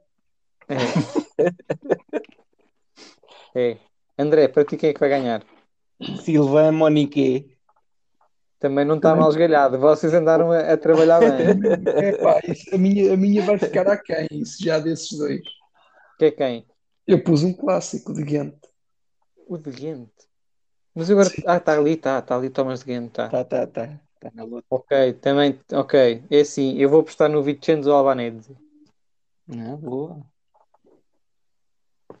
É. André, para ti quem é que vai ganhar? Silvan Monique. Também não está mal esgalhado. Vocês andaram a, a trabalhar bem. Epá, isso- a, minha, a minha vai ficar aquém, isso já desses dois. Que é quem? Eu pus um clássico de Ghent. O de Ghent. Mas agora. Ah, está ali, está. Está ali Thomas de Ghent, está. Tá, tá, tá. Tá na luta. Ok, também. Ok. É assim, eu vou apostar no Vincenzo Albanese. Não, boa.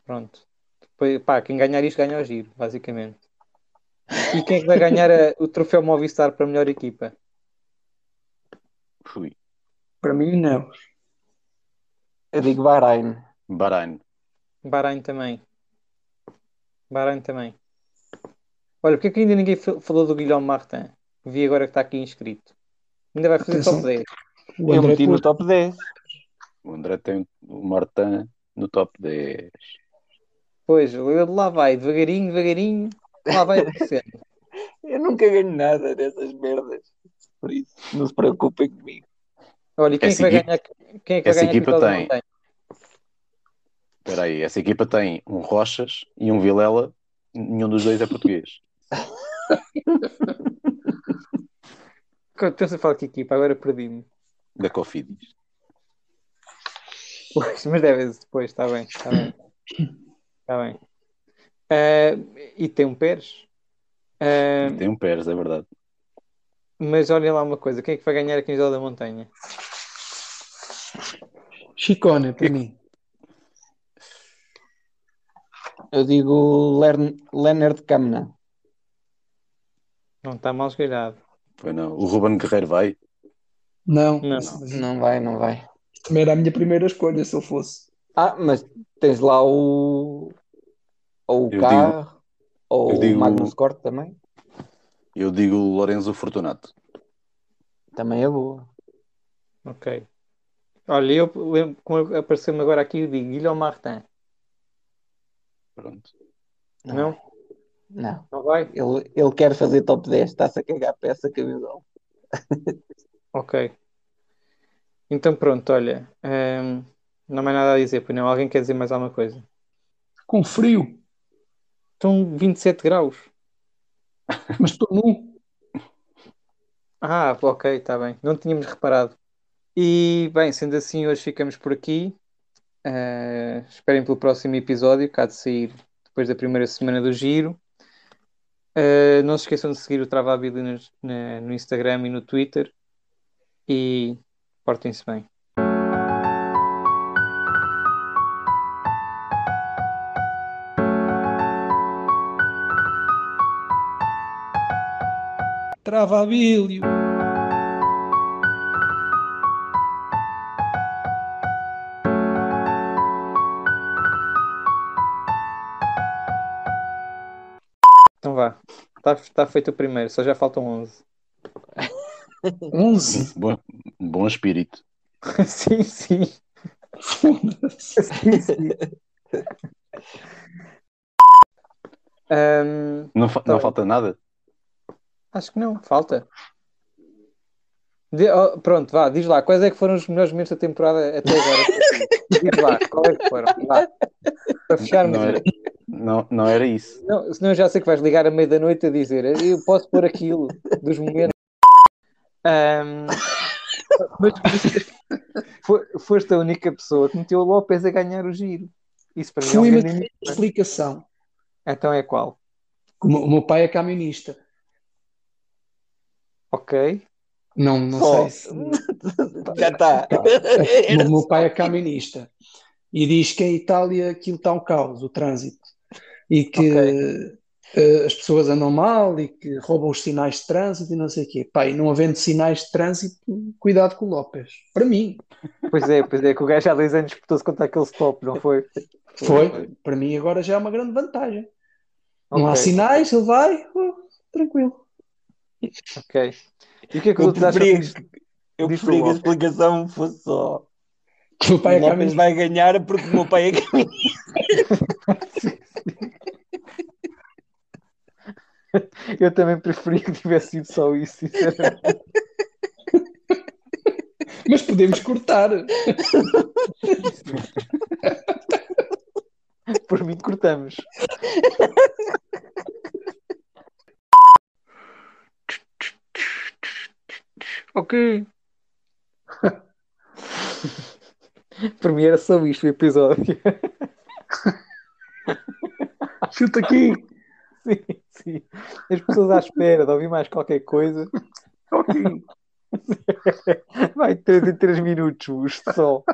Pronto. Depois, pá, quem ganhar isto ganha o giro, basicamente. E quem é que vai ganhar a- o troféu Movistar para a melhor equipa? Fui. Para mim, não. Eu digo Bahrein. Bahrein. Bahrein também. Bahrein também. Olha, porque é que ainda ninguém fa- falou do Guilherme Martin? Vi agora que está aqui inscrito. Ainda vai fazer Atenção. top 10. O É Eu um André meti no pôs. top 10. O André tem o Martin no top 10. Pois, ele lá vai, devagarinho, devagarinho, lá vai aparecendo. Eu nunca ganho nada dessas merdas. Por isso, não se preocupem comigo. Olha, e quem é que Essa vai equipa- ganhar? Quem é que vai essa ganhar equipa Quintal da tem. Montanha? Espera aí, essa equipa tem um Rochas e um Vilela. Nenhum dos dois é português. Estamos a falar de que equipa, agora perdi-me. Da Cofidis. Pois, mas deve ser depois, está bem, está bem. Está bem. Ah, e tem um Pérez. Ah, Tem um Pérez, é verdade. mas olhem lá uma coisa, quem é que vai ganhar a Quintal da Montanha? Chicone, para mim. Eu digo Lern- Leonard Camna. Não está mal esgalhado. Foi não. O Ruben Guerreiro vai. Não. Não. Não vai, não vai. Também era a minha primeira escolha, se eu fosse. Ah, mas tens lá o. Ou o digo- carro, ou eu o digo- Magnus Corte também. Eu digo Lorenzo Fortunato. Também é boa. Ok. Olha, eu lembro como apareceu-me agora aqui eu digo Guilherme Martin. Pronto. Não? Não Não, Não. vai? Ele, ele quer fazer top 10, está-se a cagar para essa camisola. Ok. Então pronto, olha. hum, não há mais nada a dizer, pois não? Alguém quer dizer mais alguma coisa? Então, Com frio, Estão 27 graus. mas estou nu. Ah, ok, está bem. Não tínhamos reparado. E bem, sendo assim, hoje ficamos por aqui. Eh, esperem pelo próximo episódio, cá de sair depois da primeira semana do giro. Eh, não se esqueçam de seguir o Travabili nas- na- no Instagram e no Twitter. E portem-se bem. Trava abílio. Então vá. Está tá feito o primeiro, só já faltam 11. 11. Bom, bom espírito. sim, sim. Foda-se. Ahm, Não, fa- Tá não bem. falta nada? acho que não, falta. Di- oh, pronto, vá, diz lá, quais é que foram os melhores momentos da temporada até agora? diz lá, qual é que foram? Vá. Para fecharmos Não é. era, não, não era isso. Não, senão eu já sei que vais ligar à meia da noite a dizer eu posso pôr aquilo dos momentos. Ahm, mas fo- foste a única pessoa que meteu o López a ganhar o giro. Isso para mim é um Fui, mas grande tenho inimigo. uma explicação. Então é qual? O meu- o meu pai é camionista. Ok. Não, não Só. sei se. Tá. Já tá. está. O meu pai é camionista e diz que em Itália aquilo está um caos, o trânsito, e que eh, as pessoas andam mal e que roubam os sinais de trânsito e não sei o quê. Pá, e não havendo sinais de trânsito, cuidado com o López. Para mim, Pois é, pois é, que o gajo há dois anos disputou-se contra aquele stop, não foi? foi. foi. Para mim, agora já é uma grande vantagem. Não há Ok, sinais, ele vai, oh, tranquilo. Ok. E o que é que Eu os é outros acham preferia, disto? eu disto preferia que a logo. explicação fosse só. O meu pai é O López caminho. vai ganhar porque o meu pai é caminho. Eu também preferia que tivesse sido só isso, sinceramente. Mas podemos cortar. Por mim, cortamos. ok. Por mim era só isto o episódio. Chuta aqui. Sim, sim. As pessoas à espera de ouvir mais qualquer coisa. Ok. Vai 3 em 3 minutos, isto só.